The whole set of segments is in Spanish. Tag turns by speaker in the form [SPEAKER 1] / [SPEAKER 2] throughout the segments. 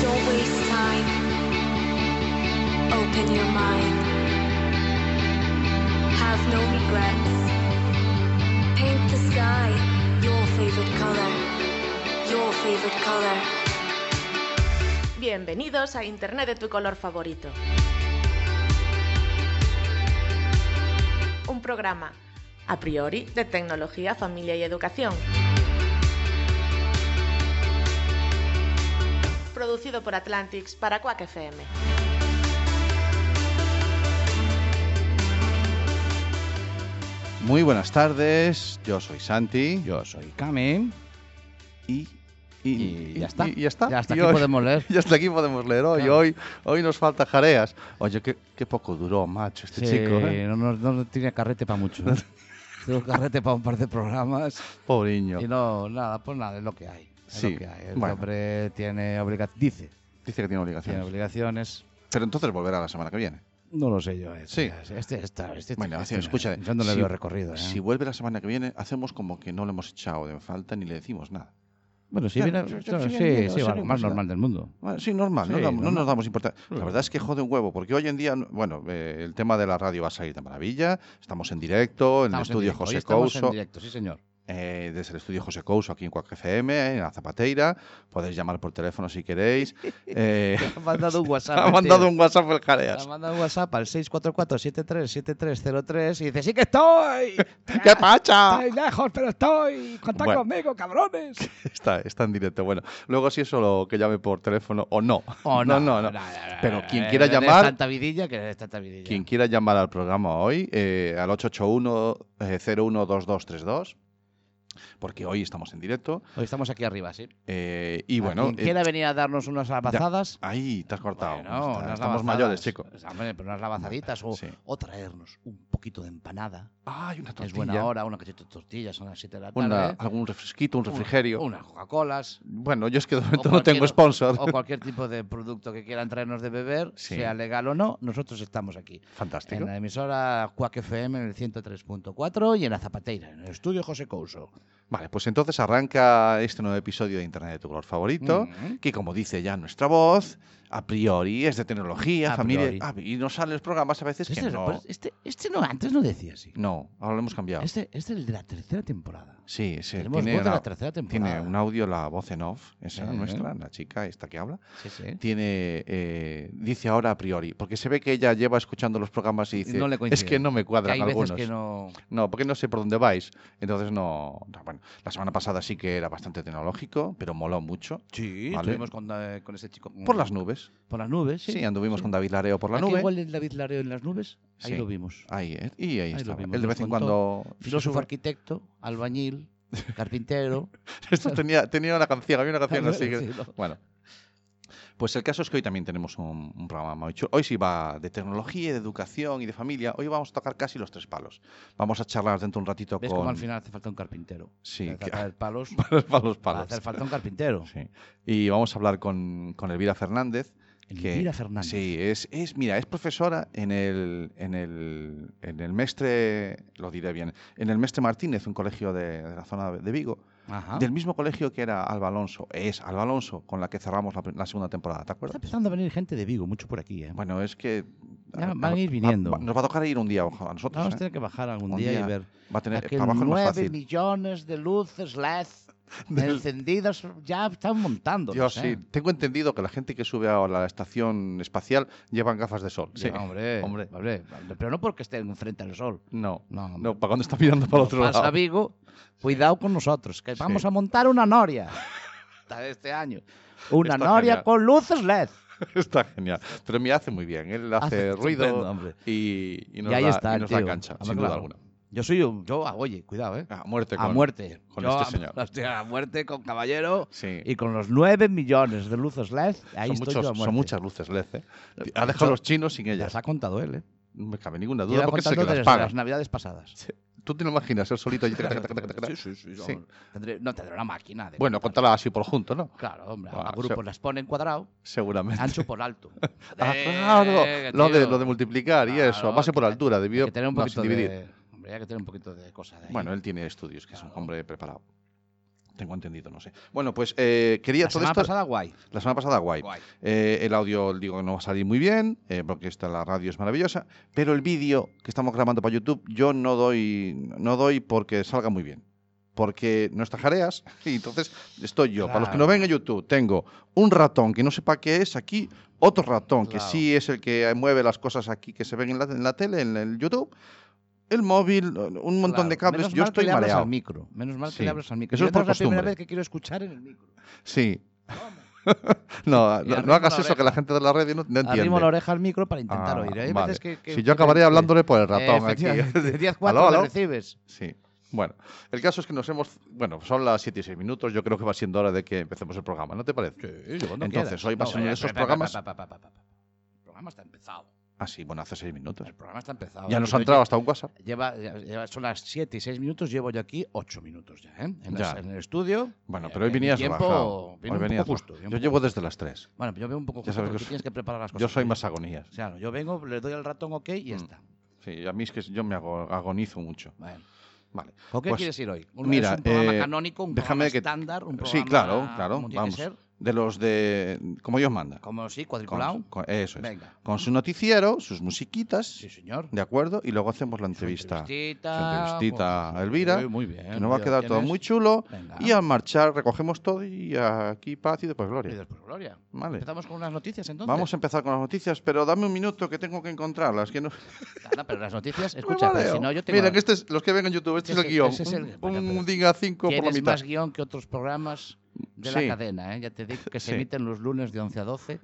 [SPEAKER 1] Don't waste time. Open your mind. Have no regrets. Paint the sky your favorite color. Your favorite color.
[SPEAKER 2] Bienvenidos a Internet de tu color favorito. Un programa, a priori, de tecnología, familia y educación. Producido por Atlantics para Quack FM.
[SPEAKER 3] Muy buenas tardes, yo soy Santi
[SPEAKER 4] Yo soy Kame.
[SPEAKER 3] y...
[SPEAKER 4] Y ya está.
[SPEAKER 3] Y ya está.
[SPEAKER 4] Ya hasta
[SPEAKER 3] Y
[SPEAKER 4] aquí
[SPEAKER 3] hoy-
[SPEAKER 4] podemos leer.
[SPEAKER 3] y hasta aquí podemos leer hoy.
[SPEAKER 4] Claro.
[SPEAKER 3] Hoy, hoy nos falta jareas. Oye, qué, qué poco duró, macho, este
[SPEAKER 4] Sí,
[SPEAKER 3] chico. ¿eh?
[SPEAKER 4] no, no- no tiene carrete para mucho. ¿eh? Tengo carrete para un par de programas.
[SPEAKER 3] Pobreño.
[SPEAKER 4] Y no, nada, pues nada, es lo que hay. Es
[SPEAKER 3] Sí,
[SPEAKER 4] lo que hay. El
[SPEAKER 3] bueno.
[SPEAKER 4] hombre tiene obligaciones. Dice,
[SPEAKER 3] Dice que tiene
[SPEAKER 4] tiene
[SPEAKER 3] obligaciones.
[SPEAKER 4] obligaciones.
[SPEAKER 3] Pero entonces volverá la semana que viene.
[SPEAKER 4] No lo sé yo. eh.
[SPEAKER 3] Sí.
[SPEAKER 4] Este, este está. Este,
[SPEAKER 3] Bueno,
[SPEAKER 4] este-
[SPEAKER 3] hace- escucha,
[SPEAKER 4] Yo no le
[SPEAKER 3] si-
[SPEAKER 4] veo recorrido. eh.
[SPEAKER 3] Si vuelve la semana que viene, hacemos como que no le hemos echado de falta ni le decimos nada.
[SPEAKER 4] bueno, sí,
[SPEAKER 3] claro, yo-
[SPEAKER 4] viene. Sí,
[SPEAKER 3] yo- yo- yo- yo-
[SPEAKER 4] sí, sí,
[SPEAKER 3] yo-
[SPEAKER 4] va,
[SPEAKER 3] yo-
[SPEAKER 4] lo más
[SPEAKER 3] yo-
[SPEAKER 4] normal del mundo.
[SPEAKER 3] Bueno, sí, normal, no,
[SPEAKER 4] Sí,
[SPEAKER 3] damos- no
[SPEAKER 4] normal.
[SPEAKER 3] nos damos importancia. La
[SPEAKER 4] Sí.
[SPEAKER 3] verdad es que jode un huevo, porque hoy en día, bueno, eh, el tema de la radio va a salir de maravilla. Estamos en directo, en
[SPEAKER 4] Estamos
[SPEAKER 3] el estudio
[SPEAKER 4] directo, hoy
[SPEAKER 3] José
[SPEAKER 4] estamos en
[SPEAKER 3] Couso.
[SPEAKER 4] directo, sí, señor.
[SPEAKER 3] eh, desde el estudio José Couso aquí en Cuac FM, en la Zapateira. Podéis llamar por teléfono si queréis. Eh,
[SPEAKER 4] Ha mandado un WhatsApp.
[SPEAKER 3] ha
[SPEAKER 4] el
[SPEAKER 3] mandado
[SPEAKER 4] tío.
[SPEAKER 3] un WhatsApp el
[SPEAKER 4] Ha
[SPEAKER 3] Jareas.
[SPEAKER 4] mandado un WhatsApp al 644-737303 y dice, sí que estoy.
[SPEAKER 3] ¡Qué pacha!
[SPEAKER 4] Estoy lejos, pero estoy. Contad
[SPEAKER 3] Bueno.
[SPEAKER 4] conmigo, cabrones.
[SPEAKER 3] Está, está en directo. Bueno, luego si es solo que llame por teléfono o no.
[SPEAKER 4] Oh,
[SPEAKER 3] no, no. Pero quien quiera
[SPEAKER 4] Es
[SPEAKER 3] llamar-
[SPEAKER 4] tanta Eh, vidilla que es tanta vidilla.
[SPEAKER 3] Quien quiera llamar al programa hoy, eh, al eh, 881-012232, porque hoy estamos en directo.
[SPEAKER 4] Hoy estamos aquí arriba, sí.
[SPEAKER 3] eh, y
[SPEAKER 4] A
[SPEAKER 3] bueno,
[SPEAKER 4] Quien
[SPEAKER 3] eh,
[SPEAKER 4] quiera venir a darnos unas labazadas.
[SPEAKER 3] ahí te has cortado.
[SPEAKER 4] bueno,
[SPEAKER 3] Está-
[SPEAKER 4] unas
[SPEAKER 3] estamos
[SPEAKER 4] labazadas.
[SPEAKER 3] mayores, chico.
[SPEAKER 4] Hombre, pero unas labazaditas o,
[SPEAKER 3] Sí.
[SPEAKER 4] o traernos un poquito de empanada.
[SPEAKER 3] Ay, una tortilla.
[SPEAKER 4] Es buena hora, una cachita de tortillas, son las 7 de la tarde.
[SPEAKER 3] Una- algún refresquito, un
[SPEAKER 4] Una-
[SPEAKER 3] refrigerio.
[SPEAKER 4] Unas Coca-Colas.
[SPEAKER 3] Bueno, yo es que de momento no
[SPEAKER 4] cualquier-
[SPEAKER 3] tengo sponsor.
[SPEAKER 4] O cualquier tipo de producto que quieran traernos de beber,
[SPEAKER 3] Sí.
[SPEAKER 4] sea legal o no, nosotros estamos aquí.
[SPEAKER 3] Fantástico.
[SPEAKER 4] En la emisora Cuac FM en el 103.4 y en la Zapateira, en el estudio José Couso.
[SPEAKER 3] Vale, pues entonces arranca este nuevo episodio de Internet de tu color favorito,
[SPEAKER 4] Mm.
[SPEAKER 3] que como dice ya nuestra voz, a priori es de tecnología,
[SPEAKER 4] A
[SPEAKER 3] familia.
[SPEAKER 4] priori.
[SPEAKER 3] ah, y nos salen los programas a veces que
[SPEAKER 4] este,
[SPEAKER 3] no.
[SPEAKER 4] pues, este, este no, antes no decía así.
[SPEAKER 3] No, ahora lo hemos cambiado.
[SPEAKER 4] Este, este es el de la tercera temporada.
[SPEAKER 3] Sí, sí,
[SPEAKER 4] Tenemos voz de la tercera temporada.
[SPEAKER 3] tiene un audio, la voz en off, esa
[SPEAKER 4] Eh.
[SPEAKER 3] nuestra, la chica esta que habla.
[SPEAKER 4] Sí, sí.
[SPEAKER 3] Tiene, eh, dice ahora a priori, porque se ve que ella lleva escuchando los programas y dice,
[SPEAKER 4] No le
[SPEAKER 3] es
[SPEAKER 4] coincide.
[SPEAKER 3] que no me
[SPEAKER 4] Que
[SPEAKER 3] cuadran
[SPEAKER 4] hay
[SPEAKER 3] algunos.
[SPEAKER 4] veces que no.
[SPEAKER 3] No, porque no sé por dónde vais. Entonces no. no, Bueno, la semana pasada sí que era bastante tecnológico, pero moló mucho.
[SPEAKER 4] Sí,
[SPEAKER 3] Vale.
[SPEAKER 4] estuvimos con, eh, con ese chico.
[SPEAKER 3] Por las nubes.
[SPEAKER 4] Por las nubes, sí.
[SPEAKER 3] este Sí, anduvimos con David Lareo por la
[SPEAKER 4] Aquí
[SPEAKER 3] nube.
[SPEAKER 4] Igual el David Lareo en las nubes, ahí
[SPEAKER 3] Sí.
[SPEAKER 4] lo vimos.
[SPEAKER 3] Ahí, eh, y ahí,
[SPEAKER 4] lo
[SPEAKER 3] estaba.
[SPEAKER 4] vimos,
[SPEAKER 3] Él de
[SPEAKER 4] nos
[SPEAKER 3] vez en
[SPEAKER 4] contó.
[SPEAKER 3] cuando.
[SPEAKER 4] Filósofo, arquitecto, albañil, carpintero.
[SPEAKER 3] Esto tenía, tenía una canción, había una canción así. que-
[SPEAKER 4] Sí, lo-
[SPEAKER 3] Bueno. Pues el caso es que hoy también tenemos un, un programa muy chulo. Hoy sí va de tecnología, y de educación y de familia. Hoy vamos a tocar casi los tres palos. Vamos a charlar dentro un ratito
[SPEAKER 4] ¿Ves
[SPEAKER 3] con.
[SPEAKER 4] cómo al final hace falta un carpintero?
[SPEAKER 3] Sí,
[SPEAKER 4] Para
[SPEAKER 3] que-
[SPEAKER 4] tratar palos.
[SPEAKER 3] para los
[SPEAKER 4] para
[SPEAKER 3] palos.
[SPEAKER 4] hacer falta un carpintero.
[SPEAKER 3] Sí. Y vamos a hablar con, con Elvira Fernández. que-
[SPEAKER 4] Elvira Fernández.
[SPEAKER 3] Sí, es, es, mira, es profesora en el, en el, en el Mestre, lo diré bien, en el Mestre Martínez, un colegio de, de la zona de Vigo,
[SPEAKER 4] Ajá.
[SPEAKER 3] del mismo colegio que era Alba Alonso, es Alba Alonso, con la que cerramos la, pr- la segunda temporada, ¿te
[SPEAKER 4] Pues Está
[SPEAKER 3] acuerdas?
[SPEAKER 4] empezando a venir gente de Vigo, mucho por aquí, ¿eh?
[SPEAKER 3] Bueno, es que...
[SPEAKER 4] Ya
[SPEAKER 3] a-
[SPEAKER 4] van a ir
[SPEAKER 3] a-
[SPEAKER 4] viniendo.
[SPEAKER 3] va- nos va a tocar ir un día ojo, a nosotros,
[SPEAKER 4] Vamos a
[SPEAKER 3] ¿eh?
[SPEAKER 4] tener que bajar algún
[SPEAKER 3] Un
[SPEAKER 4] día,
[SPEAKER 3] día
[SPEAKER 4] y ver.
[SPEAKER 3] Va a tener...
[SPEAKER 4] Aquel
[SPEAKER 3] Trabajo no es
[SPEAKER 4] nueve
[SPEAKER 3] fácil.
[SPEAKER 4] millones de luces LED
[SPEAKER 3] Del-
[SPEAKER 4] encendidas ya están montando. ¿eh?
[SPEAKER 3] Yo sí, tengo entendido que la gente que sube a la estación espacial llevan gafas de sol. Sí,
[SPEAKER 4] hombre, hombre, hombre, Pero no porque estén frente al sol.
[SPEAKER 3] No,
[SPEAKER 4] No, hombre.
[SPEAKER 3] no, para cuando está mirando para el
[SPEAKER 4] Nos
[SPEAKER 3] otro
[SPEAKER 4] pasa
[SPEAKER 3] lado.
[SPEAKER 4] Vigo, cuidado con nosotros, que
[SPEAKER 3] Sí.
[SPEAKER 4] vamos a montar una noria Esta de este año. Una
[SPEAKER 3] Está
[SPEAKER 4] noria
[SPEAKER 3] genial.
[SPEAKER 4] con luces LED.
[SPEAKER 3] Está genial. Pero mira, hace muy bien. Él hace,
[SPEAKER 4] Hace
[SPEAKER 3] ruido
[SPEAKER 4] estupendo, hombre.
[SPEAKER 3] y, y nos,
[SPEAKER 4] y ahí
[SPEAKER 3] da,
[SPEAKER 4] está
[SPEAKER 3] y
[SPEAKER 4] el
[SPEAKER 3] nos
[SPEAKER 4] tío.
[SPEAKER 3] da cancha,
[SPEAKER 4] Hombre,
[SPEAKER 3] sin duda
[SPEAKER 4] claro.
[SPEAKER 3] alguna.
[SPEAKER 4] Yo soy un. Yo, ah, oye, cuidado, ¿eh?
[SPEAKER 3] A muerte
[SPEAKER 4] A
[SPEAKER 3] con-
[SPEAKER 4] muerte.
[SPEAKER 3] con
[SPEAKER 4] Yo
[SPEAKER 3] este
[SPEAKER 4] a-
[SPEAKER 3] señor.
[SPEAKER 4] hostia, A, muerte con Caballero
[SPEAKER 3] Sí.
[SPEAKER 4] y con los 9 millones de luces LED. Ahí
[SPEAKER 3] son,
[SPEAKER 4] estoy
[SPEAKER 3] muchos-
[SPEAKER 4] yo a
[SPEAKER 3] son
[SPEAKER 4] muerte.
[SPEAKER 3] muchas luces LED. ¿eh? Ha dejado
[SPEAKER 4] Yo-
[SPEAKER 3] los chinos sin ellas.
[SPEAKER 4] Las ha contado él, ¿eh?
[SPEAKER 3] No me cabe ninguna duda
[SPEAKER 4] Lleva
[SPEAKER 3] porque es el
[SPEAKER 4] contando
[SPEAKER 3] que las
[SPEAKER 4] desde
[SPEAKER 3] paga.
[SPEAKER 4] las navidades pasadas.
[SPEAKER 3] Tú te lo imaginas, él solito allí. tac, tac, tac, tac, tac,
[SPEAKER 4] Sí,
[SPEAKER 3] tac.
[SPEAKER 4] sí, sí,
[SPEAKER 3] Sí.
[SPEAKER 4] hombre. Tendré- no tendrá una máquina. De
[SPEAKER 3] Bueno,
[SPEAKER 4] contar.
[SPEAKER 3] contarla así por junto, ¿no?
[SPEAKER 4] Claro, hombre.
[SPEAKER 3] Ah,
[SPEAKER 4] a grupos
[SPEAKER 3] se-
[SPEAKER 4] las ponen cuadrado,
[SPEAKER 3] Seguramente.
[SPEAKER 4] ancho por alto.
[SPEAKER 3] Ah,
[SPEAKER 4] Joder,
[SPEAKER 3] claro,
[SPEAKER 4] que
[SPEAKER 3] lo de,
[SPEAKER 4] eh, tío.
[SPEAKER 3] lo de multiplicar y eso, a
[SPEAKER 4] Claro,
[SPEAKER 3] base por
[SPEAKER 4] que-
[SPEAKER 3] altura,
[SPEAKER 4] Hay
[SPEAKER 3] debió
[SPEAKER 4] que tener un
[SPEAKER 3] no, sin
[SPEAKER 4] poquito
[SPEAKER 3] dividir.
[SPEAKER 4] de. Hombre, hay que tener un poquito de cosa de ahí.
[SPEAKER 3] Bueno, él tiene estudios, que es un
[SPEAKER 4] Claro.
[SPEAKER 3] hombre preparado. Tengo entendido, no sé. Bueno, pues eh, quería
[SPEAKER 4] la
[SPEAKER 3] todo
[SPEAKER 4] semana
[SPEAKER 3] esto.
[SPEAKER 4] pasada, guay.
[SPEAKER 3] La semana pasada, guay.
[SPEAKER 4] Guay.
[SPEAKER 3] Eh, el audio digo que no va a salir muy bien, eh, porque esta la radio es maravillosa, pero el vídeo que estamos grabando para YouTube yo no doy, no doy porque salga muy bien. Porque no está jareas y entonces estoy yo. Para los que no
[SPEAKER 4] Claro.
[SPEAKER 3] ven en YouTube, tengo un ratón que no sepa qué es aquí, otro ratón que
[SPEAKER 4] Claro.
[SPEAKER 3] sí es el que mueve las cosas aquí que se ven en la, en la tele, en el YouTube, el móvil, un montón
[SPEAKER 4] Claro,
[SPEAKER 3] de cables.
[SPEAKER 4] menos
[SPEAKER 3] yo
[SPEAKER 4] mal
[SPEAKER 3] estoy
[SPEAKER 4] que le hablas
[SPEAKER 3] mareado.
[SPEAKER 4] Al micro. Menos mal que
[SPEAKER 3] Sí.
[SPEAKER 4] le hablas al micro.
[SPEAKER 3] Eso
[SPEAKER 4] Yo
[SPEAKER 3] es por
[SPEAKER 4] la primera
[SPEAKER 3] costumbre.
[SPEAKER 4] vez que quiero escuchar en el micro.
[SPEAKER 3] Sí. no,
[SPEAKER 4] Y
[SPEAKER 3] no,
[SPEAKER 4] arrimo
[SPEAKER 3] no hagas
[SPEAKER 4] la
[SPEAKER 3] eso, que
[SPEAKER 4] oreja.
[SPEAKER 3] la gente de la radio no, no entiende.
[SPEAKER 4] Arrimo la oreja al micro para intentar
[SPEAKER 3] Ah,
[SPEAKER 4] oír. ¿eh? Hay
[SPEAKER 3] vale.
[SPEAKER 4] veces que, que-
[SPEAKER 3] si yo acabaré hablándole por el
[SPEAKER 4] Eh,
[SPEAKER 3] ratón aquí.
[SPEAKER 4] efectivamente, De 10
[SPEAKER 3] Aló,
[SPEAKER 4] 4
[SPEAKER 3] aló.
[SPEAKER 4] recibes.
[SPEAKER 3] Sí. Bueno, el caso es que nos hemos. Bueno, son las 7 y 6 minutos. Yo creo que va siendo hora de que empecemos el programa, ¿no te parece? Entonces, hoy va a ser uno de esos programas.
[SPEAKER 4] El programa está empezado.
[SPEAKER 3] Ah, sí, bueno, hace 6 minutos.
[SPEAKER 4] El programa está empezado.
[SPEAKER 3] Ya
[SPEAKER 4] Yo-
[SPEAKER 3] nos
[SPEAKER 4] yo-
[SPEAKER 3] ha entrado hasta un WhatsApp.
[SPEAKER 4] Lleva, lleva- son las 7 y 6 minutos, llevo yo aquí 8 minutos ya, ¿eh? En, las-
[SPEAKER 3] Ya.
[SPEAKER 4] en el estudio.
[SPEAKER 3] Bueno,
[SPEAKER 4] Eh,
[SPEAKER 3] pero hoy
[SPEAKER 4] que mi
[SPEAKER 3] venías
[SPEAKER 4] tiempo
[SPEAKER 3] relajado.
[SPEAKER 4] vino
[SPEAKER 3] Hoy
[SPEAKER 4] un
[SPEAKER 3] venías
[SPEAKER 4] poco justo.
[SPEAKER 3] relajado.
[SPEAKER 4] vino
[SPEAKER 3] Yo
[SPEAKER 4] un
[SPEAKER 3] llevo
[SPEAKER 4] poco-
[SPEAKER 3] desde las 3.
[SPEAKER 4] Bueno, yo veo un poco
[SPEAKER 3] Ya sabes
[SPEAKER 4] justo porque
[SPEAKER 3] que
[SPEAKER 4] tú tienes que preparar las cosas.
[SPEAKER 3] Yo soy
[SPEAKER 4] para
[SPEAKER 3] más
[SPEAKER 4] ir.
[SPEAKER 3] agonías.
[SPEAKER 4] O sea, yo vengo, le doy el ratón ok y ya
[SPEAKER 3] Mm.
[SPEAKER 4] está.
[SPEAKER 3] Sí, a mí es que yo me ago- agonizo mucho.
[SPEAKER 4] Bueno.
[SPEAKER 3] Vale.
[SPEAKER 4] ¿Con qué
[SPEAKER 3] Pues,
[SPEAKER 4] quieres ir hoy? ¿Un,
[SPEAKER 3] mira,
[SPEAKER 4] es un programa
[SPEAKER 3] eh,
[SPEAKER 4] canónico, un
[SPEAKER 3] déjame
[SPEAKER 4] programa
[SPEAKER 3] que-
[SPEAKER 4] estándar, un programa
[SPEAKER 3] Sí, claro, claro.
[SPEAKER 4] como tiene que
[SPEAKER 3] Vamos.
[SPEAKER 4] ser,
[SPEAKER 3] De los de. Como Dios manda.
[SPEAKER 4] como sí,
[SPEAKER 3] Con,
[SPEAKER 4] cuadriculado.
[SPEAKER 3] con- eso es.
[SPEAKER 4] Venga.
[SPEAKER 3] Con su noticiero, sus musiquitas.
[SPEAKER 4] Sí, señor.
[SPEAKER 3] ¿De acuerdo? Y luego hacemos la
[SPEAKER 4] Su
[SPEAKER 3] entrevista.
[SPEAKER 4] entrevistita,
[SPEAKER 3] su entrevistita
[SPEAKER 4] bueno,
[SPEAKER 3] a Elvira,
[SPEAKER 4] muy- Muy bien.
[SPEAKER 3] Que nos va a
[SPEAKER 4] ya
[SPEAKER 3] quedar todo
[SPEAKER 4] tienes.
[SPEAKER 3] muy chulo.
[SPEAKER 4] Venga.
[SPEAKER 3] Y al marchar recogemos todo y aquí paz y después
[SPEAKER 4] Y
[SPEAKER 3] gloria.
[SPEAKER 4] después, Gloria.
[SPEAKER 3] Vale.
[SPEAKER 4] Empezamos con unas noticias entonces.
[SPEAKER 3] Vamos a empezar con las noticias, pero dame un minuto que tengo que encontrarlas. Que no,
[SPEAKER 4] Nada, pero las noticias,
[SPEAKER 3] me
[SPEAKER 4] escucha, pero
[SPEAKER 3] mareo.
[SPEAKER 4] si no, yo tengo.
[SPEAKER 3] Mira, que este es, los que ven en YouTube, este es
[SPEAKER 4] Ese-
[SPEAKER 3] el guión.
[SPEAKER 4] ese es el-
[SPEAKER 3] un
[SPEAKER 4] bueno, pero-
[SPEAKER 3] un Dinga 5 por la
[SPEAKER 4] Tienes
[SPEAKER 3] mitad.
[SPEAKER 4] más guión que otros programas de
[SPEAKER 3] Sí.
[SPEAKER 4] la cadena, ¿eh? Ya te digo que se
[SPEAKER 3] Sí.
[SPEAKER 4] emiten los lunes de 11 a 12.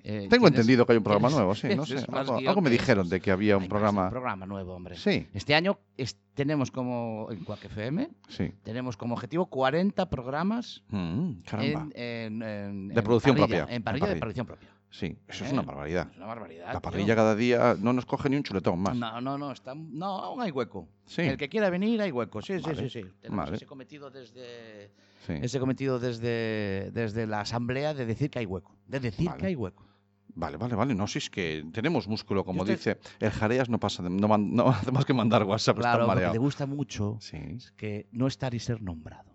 [SPEAKER 4] eh,
[SPEAKER 3] Tengo
[SPEAKER 4] tienes-
[SPEAKER 3] entendido que hay un programa
[SPEAKER 4] tienes-
[SPEAKER 3] nuevo, sí, no sé.
[SPEAKER 4] tienes más
[SPEAKER 3] Algo,
[SPEAKER 4] guión
[SPEAKER 3] algo me
[SPEAKER 4] que-
[SPEAKER 3] dijeron de que había
[SPEAKER 4] Hay
[SPEAKER 3] un
[SPEAKER 4] más,
[SPEAKER 3] programa.
[SPEAKER 4] programa nuevo, hombre.
[SPEAKER 3] Sí,
[SPEAKER 4] Este año es- tenemos como, en Quack FM,
[SPEAKER 3] sí.
[SPEAKER 4] tenemos como objetivo 40 programas
[SPEAKER 3] Mm, caramba.
[SPEAKER 4] en, en- en-
[SPEAKER 3] De
[SPEAKER 4] en
[SPEAKER 3] producción
[SPEAKER 4] parrilla,
[SPEAKER 3] propia,
[SPEAKER 4] En
[SPEAKER 3] en
[SPEAKER 4] parrilla de
[SPEAKER 3] parrilla.
[SPEAKER 4] producción propia.
[SPEAKER 3] sí, eso es
[SPEAKER 4] Eh,
[SPEAKER 3] una barbaridad.
[SPEAKER 4] Es una barbaridad.
[SPEAKER 3] La
[SPEAKER 4] tío.
[SPEAKER 3] parrilla cada día no nos coge ni un chuletón más.
[SPEAKER 4] No, no, no, está, no, aún hay hueco.
[SPEAKER 3] Sí.
[SPEAKER 4] El que quiera venir hay hueco. Sí,
[SPEAKER 3] Vale,
[SPEAKER 4] sí, sí, sí. Tenemos
[SPEAKER 3] vale.
[SPEAKER 4] ese cometido desde
[SPEAKER 3] Sí.
[SPEAKER 4] ese cometido desde, desde la asamblea de decir que hay hueco, de decir
[SPEAKER 3] Vale.
[SPEAKER 4] que hay hueco.
[SPEAKER 3] Vale, vale, vale. No, si es que tenemos músculo, como
[SPEAKER 4] Yo
[SPEAKER 3] dice. El jareas no pasa, de- no, man- no hace más que mandar WhatsApp, pues
[SPEAKER 4] Claro,
[SPEAKER 3] está
[SPEAKER 4] porque te
[SPEAKER 3] mareado.
[SPEAKER 4] gusta mucho
[SPEAKER 3] Sí,
[SPEAKER 4] es que no estar y ser nombrado.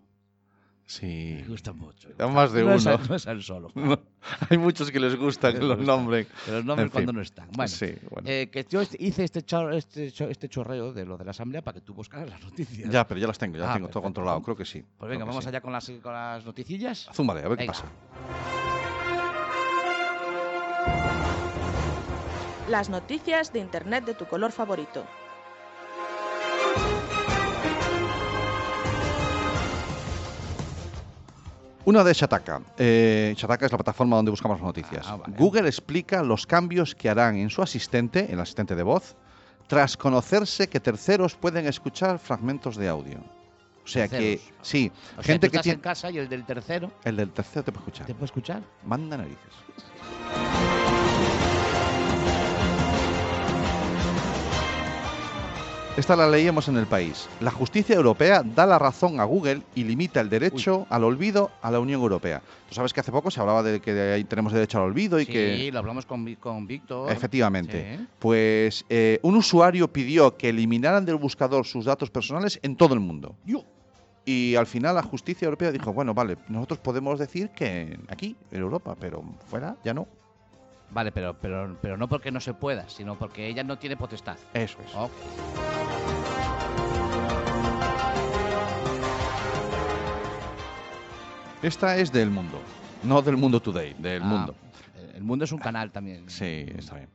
[SPEAKER 3] sí.
[SPEAKER 4] Te gusta mucho.
[SPEAKER 3] A más de
[SPEAKER 4] no Es
[SPEAKER 3] uno.
[SPEAKER 4] al, no es al solo.
[SPEAKER 3] No, hay muchos que les gusta que
[SPEAKER 4] Les
[SPEAKER 3] los
[SPEAKER 4] gusta.
[SPEAKER 3] nombren.
[SPEAKER 4] Pero los nombres
[SPEAKER 3] En fin.
[SPEAKER 4] cuando no están. Bueno,
[SPEAKER 3] sí, bueno.
[SPEAKER 4] eh, que yo este- hice este, chor- este, cho- este chorreo de lo de la asamblea para que tú buscaras las noticias.
[SPEAKER 3] ya, pero ya las tengo, ya las
[SPEAKER 4] Ah,
[SPEAKER 3] tengo todo
[SPEAKER 4] perfecto.
[SPEAKER 3] controlado, creo que sí.
[SPEAKER 4] Pues venga,
[SPEAKER 3] creo que
[SPEAKER 4] vamos
[SPEAKER 3] sí.
[SPEAKER 4] allá con las, con las noticillas.
[SPEAKER 3] Zúmbale, a ver qué
[SPEAKER 4] Venga.
[SPEAKER 3] pasa.
[SPEAKER 2] Las noticias de Internet de tu color favorito.
[SPEAKER 3] Una de Shataka. Eh, Shataka es la plataforma donde buscamos las noticias.
[SPEAKER 4] Ah, vale.
[SPEAKER 3] Google explica los cambios que harán en su asistente, el asistente de voz, tras conocerse que terceros pueden escuchar fragmentos de audio. O sea que,
[SPEAKER 4] Terceros.
[SPEAKER 3] sí,
[SPEAKER 4] O sea,
[SPEAKER 3] gente
[SPEAKER 4] tú
[SPEAKER 3] que
[SPEAKER 4] estás
[SPEAKER 3] tiene.
[SPEAKER 4] en casa y el del tercero
[SPEAKER 3] El del tercero te puede escuchar.
[SPEAKER 4] te puede escuchar.
[SPEAKER 3] Manda narices. Esta la leíamos en el país. La justicia europea da la razón a Google y limita el derecho al olvido a la Unión Europea. Tú sabes que hace poco se hablaba de que ahí tenemos derecho al olvido y
[SPEAKER 4] sí,
[SPEAKER 3] que...
[SPEAKER 4] lo hablamos con, Vi- con Víctor.
[SPEAKER 3] Efectivamente.
[SPEAKER 4] Sí.
[SPEAKER 3] Pues eh, un usuario pidió que eliminaran del buscador sus datos personales en todo el mundo.
[SPEAKER 4] Yo.
[SPEAKER 3] Y al final la justicia europea dijo, bueno, vale, nosotros podemos decir que aquí, en Europa, pero fuera ya no.
[SPEAKER 4] Vale, pero, pero, pero no porque no se pueda, sino porque ella no tiene potestad.
[SPEAKER 3] Eso es.
[SPEAKER 4] Ok.
[SPEAKER 3] Esta es del mundo, no del mundo today, del
[SPEAKER 4] Ah,
[SPEAKER 3] mundo.
[SPEAKER 4] El mundo es un canal también.
[SPEAKER 3] Sí, está bien.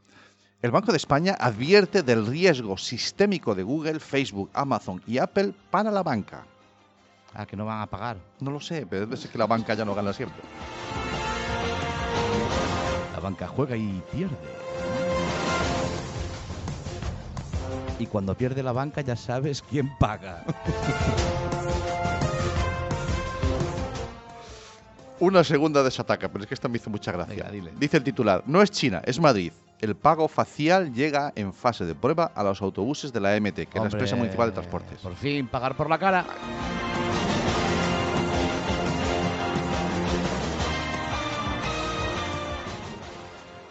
[SPEAKER 3] El Banco de España advierte del riesgo sistémico de Google, Facebook, Amazon y Apple para la banca.
[SPEAKER 4] Ah, que no van a pagar.
[SPEAKER 3] No lo sé, pero es que la banca ya no gana siempre.
[SPEAKER 4] La banca juega y pierde. y cuando pierde la banca ya sabes quién paga.
[SPEAKER 3] Una segunda desataca, pero es que esta me hizo mucha gracia.
[SPEAKER 4] Venga, dile.
[SPEAKER 3] Dice el titular, no es China, es Madrid. El pago facial llega en fase de prueba a los autobuses de la MT, que es la
[SPEAKER 4] Hombre,
[SPEAKER 3] empresa municipal de transportes.
[SPEAKER 4] Por fin, pagar por la cara.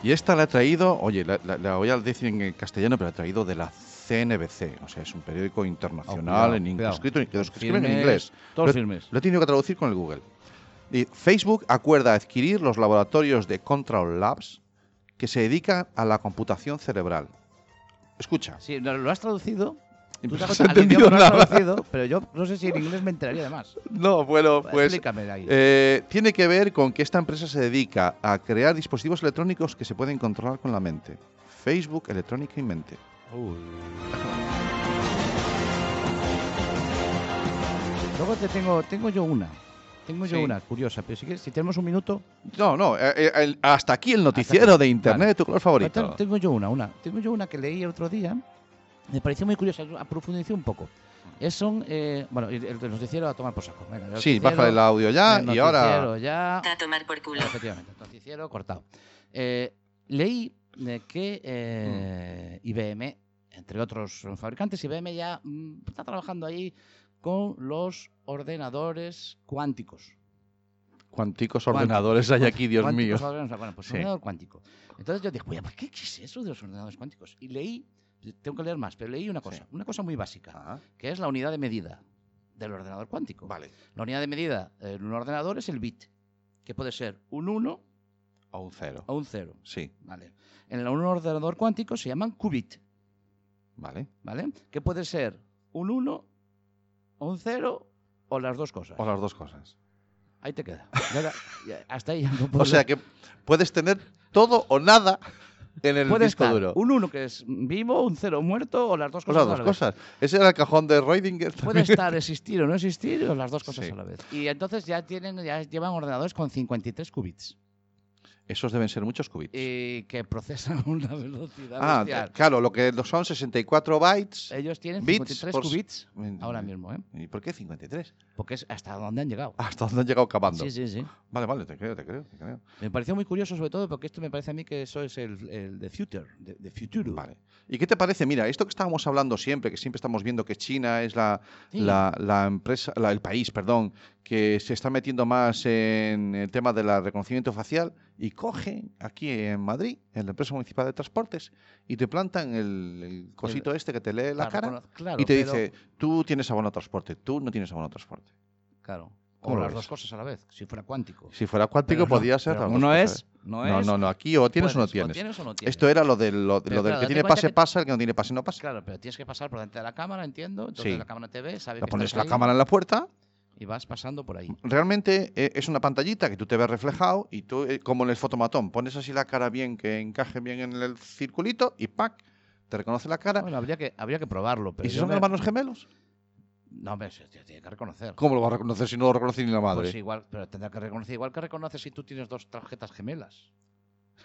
[SPEAKER 3] Y esta la he traído, oye, la, la- la voy a decir en castellano, pero la he traído de la CNBC, o sea, es un periódico internacional
[SPEAKER 4] Oh, cuidado,
[SPEAKER 3] en inglés,
[SPEAKER 4] cuidado.
[SPEAKER 3] escrito en- que los que escriben en
[SPEAKER 4] Firmes,
[SPEAKER 3] inglés.
[SPEAKER 4] todos
[SPEAKER 3] Lo-
[SPEAKER 4] firmes.
[SPEAKER 3] Lo he tenido que traducir con el Google. Y Facebook acuerda adquirir los laboratorios de Control Labs que se dedican a la computación cerebral. Escucha.
[SPEAKER 4] Sí, ¿lo lo has traducido?
[SPEAKER 3] Y
[SPEAKER 4] Tú
[SPEAKER 3] no
[SPEAKER 4] te has-
[SPEAKER 3] se ha
[SPEAKER 4] al idioma
[SPEAKER 3] entendido
[SPEAKER 4] lo has
[SPEAKER 3] nada.
[SPEAKER 4] traducido, pero yo no sé si en inglés me enteraría de más.
[SPEAKER 3] No, bueno, pues
[SPEAKER 4] Explícame ahí.
[SPEAKER 3] eh, tiene que ver con que esta empresa se dedica a crear dispositivos electrónicos que se pueden controlar con la mente. Facebook electrónica y mente.
[SPEAKER 4] Uy. Luego te tengo, tengo yo una. Tengo yo
[SPEAKER 3] Sí.
[SPEAKER 4] una curiosa, pero si, quieres- si tenemos un minuto.
[SPEAKER 3] No, no, eh, eh, el- hasta aquí el noticiero de internet,
[SPEAKER 4] Vale.
[SPEAKER 3] tu color favorito.
[SPEAKER 4] Te- Tengo yo una, una. Tengo yo una que leí el otro día. Me pareció muy curiosa, yo profundicé un poco. Es son, eh, bueno, el, el noticiero a tomar por saco. venga, el
[SPEAKER 3] Sí,
[SPEAKER 4] noticiero-
[SPEAKER 3] baja el audio ya
[SPEAKER 4] el
[SPEAKER 3] Ah, y ahora.
[SPEAKER 4] noticiero ya,
[SPEAKER 5] A tomar por culo.
[SPEAKER 4] Efectivamente, noticiero cortado. Eh, leí eh, que eh, IBM, entre otros fabricantes, IBM ya mm, está trabajando ahí con los ordenadores cuánticos.
[SPEAKER 3] Cuánticos
[SPEAKER 4] Cuántico.
[SPEAKER 3] ordenadores hay aquí, Dios mío.
[SPEAKER 4] Cuánticos ordenadores, bueno, pues
[SPEAKER 3] Sí.
[SPEAKER 4] ordenador cuántico. Entonces yo dije, oye, pues, ¿qué, qué es eso de los ordenadores cuánticos? Y leí, tengo que leer más, pero leí una cosa,
[SPEAKER 3] Sí.
[SPEAKER 4] una cosa muy básica,
[SPEAKER 3] Ah,
[SPEAKER 4] que es la unidad de medida del ordenador cuántico.
[SPEAKER 3] vale.
[SPEAKER 4] La unidad de medida eh, en un ordenador es el bit, que puede ser un 1
[SPEAKER 3] O un cero.
[SPEAKER 4] o un 0.
[SPEAKER 3] Sí,
[SPEAKER 4] ¿vale? En el- un ordenador cuántico se llaman qubit,
[SPEAKER 3] vale.
[SPEAKER 4] ¿vale? Que puede ser un 1, un 0 o las dos cosas.
[SPEAKER 3] O las dos cosas.
[SPEAKER 4] Ahí te queda. Ya la- ya- hasta ahí ya no puedo
[SPEAKER 3] O sea
[SPEAKER 4] leer.
[SPEAKER 3] que puedes tener todo o nada en el
[SPEAKER 4] puede
[SPEAKER 3] disco
[SPEAKER 4] estar
[SPEAKER 3] duro.
[SPEAKER 4] un 1 que es vivo, un 0 muerto o las dos
[SPEAKER 3] O
[SPEAKER 4] cosas.
[SPEAKER 3] las
[SPEAKER 4] a
[SPEAKER 3] dos
[SPEAKER 4] la vez.
[SPEAKER 3] cosas. Ese era el cajón de Reudinger.
[SPEAKER 4] Puede
[SPEAKER 3] también.
[SPEAKER 4] estar existir o no existir o las dos cosas
[SPEAKER 3] Sí.
[SPEAKER 4] a la vez. Y entonces ya tienen ya llevan ordenadores con 53 qubits
[SPEAKER 3] Esos deben ser muchos qubits.
[SPEAKER 4] y que procesan a una Eh, velocidad
[SPEAKER 3] ah,
[SPEAKER 4] bestial.
[SPEAKER 3] claro, lo que son 64 bytes.
[SPEAKER 4] Ellos tienen
[SPEAKER 3] bits
[SPEAKER 4] 53
[SPEAKER 3] por-
[SPEAKER 4] qubits ahora mismo, ¿eh?
[SPEAKER 3] ¿Y por qué 53?
[SPEAKER 4] Porque es hasta donde han llegado.
[SPEAKER 3] Hasta dónde han llegado cavando.
[SPEAKER 4] Sí, sí, sí.
[SPEAKER 3] Vale, vale, te creo, te creo, te creo.
[SPEAKER 4] Me pareció muy curioso, sobre todo, porque esto me parece a mí que eso es el, el de Future, de, de Futuro.
[SPEAKER 3] Vale. ¿Y qué te parece? Mira, esto que estábamos hablando siempre, que siempre estamos viendo que China es la,
[SPEAKER 4] Sí.
[SPEAKER 3] la, la empresa, la- el país, perdón, que se está metiendo más en el tema del reconocimiento facial y cogen aquí en Madrid, en la empresa municipal de transportes, y te plantan el, el cosito este que te lee la
[SPEAKER 4] Claro,
[SPEAKER 3] cara
[SPEAKER 4] bueno, claro,
[SPEAKER 3] y te
[SPEAKER 4] pero-
[SPEAKER 3] dice, tú tienes abono a transporte, tú no tienes abono a transporte.
[SPEAKER 4] Claro.
[SPEAKER 3] ¿Cómo
[SPEAKER 4] O
[SPEAKER 3] lo
[SPEAKER 4] las
[SPEAKER 3] ves?
[SPEAKER 4] dos cosas a la vez, si fuera cuántico.
[SPEAKER 3] Si fuera cuántico,
[SPEAKER 4] Pero no,
[SPEAKER 3] podía ser.
[SPEAKER 4] pero
[SPEAKER 3] las
[SPEAKER 4] como
[SPEAKER 3] dos
[SPEAKER 4] no
[SPEAKER 3] cosas,
[SPEAKER 4] es,
[SPEAKER 3] ¿eh?
[SPEAKER 4] no
[SPEAKER 3] no,
[SPEAKER 4] es,
[SPEAKER 3] no, no, aquí o tienes o no
[SPEAKER 4] puedes,
[SPEAKER 3] tienes.
[SPEAKER 4] tienes o no tienes.
[SPEAKER 3] Esto era lo, de, lo,
[SPEAKER 4] Pero
[SPEAKER 3] lo del
[SPEAKER 4] claro,
[SPEAKER 3] que
[SPEAKER 4] date
[SPEAKER 3] tiene
[SPEAKER 4] cuenta
[SPEAKER 3] pase,
[SPEAKER 4] que-
[SPEAKER 3] pasa, el que no tiene pase, no pasa.
[SPEAKER 4] Claro, pero tienes que pasar por delante de la cámara, entiendo. Entonces
[SPEAKER 3] Sí.
[SPEAKER 4] la cámara te ve, sabes
[SPEAKER 3] La
[SPEAKER 4] que
[SPEAKER 3] pones
[SPEAKER 4] estás
[SPEAKER 3] la
[SPEAKER 4] ahí
[SPEAKER 3] cámara en la puerta,
[SPEAKER 4] y vas pasando por ahí.
[SPEAKER 3] realmente eh, es una pantallita que tú te ves reflejado y tú, eh, como en el fotomatón, pones así la cara bien, que encaje bien en el circulito y ¡pac! Te reconoce la cara.
[SPEAKER 4] Bueno, habría que, habría que probarlo, pero
[SPEAKER 3] ¿Y si
[SPEAKER 4] yo
[SPEAKER 3] son
[SPEAKER 4] me-
[SPEAKER 3] hermanos gemelos?
[SPEAKER 4] No, hombre, se se tiene que reconocer.
[SPEAKER 3] ¿Cómo lo va a reconocer si no lo reconoce ni la madre?
[SPEAKER 4] Pues igual, pero tendrá que reconocer, igual que reconoce si tú tienes dos tarjetas gemelas.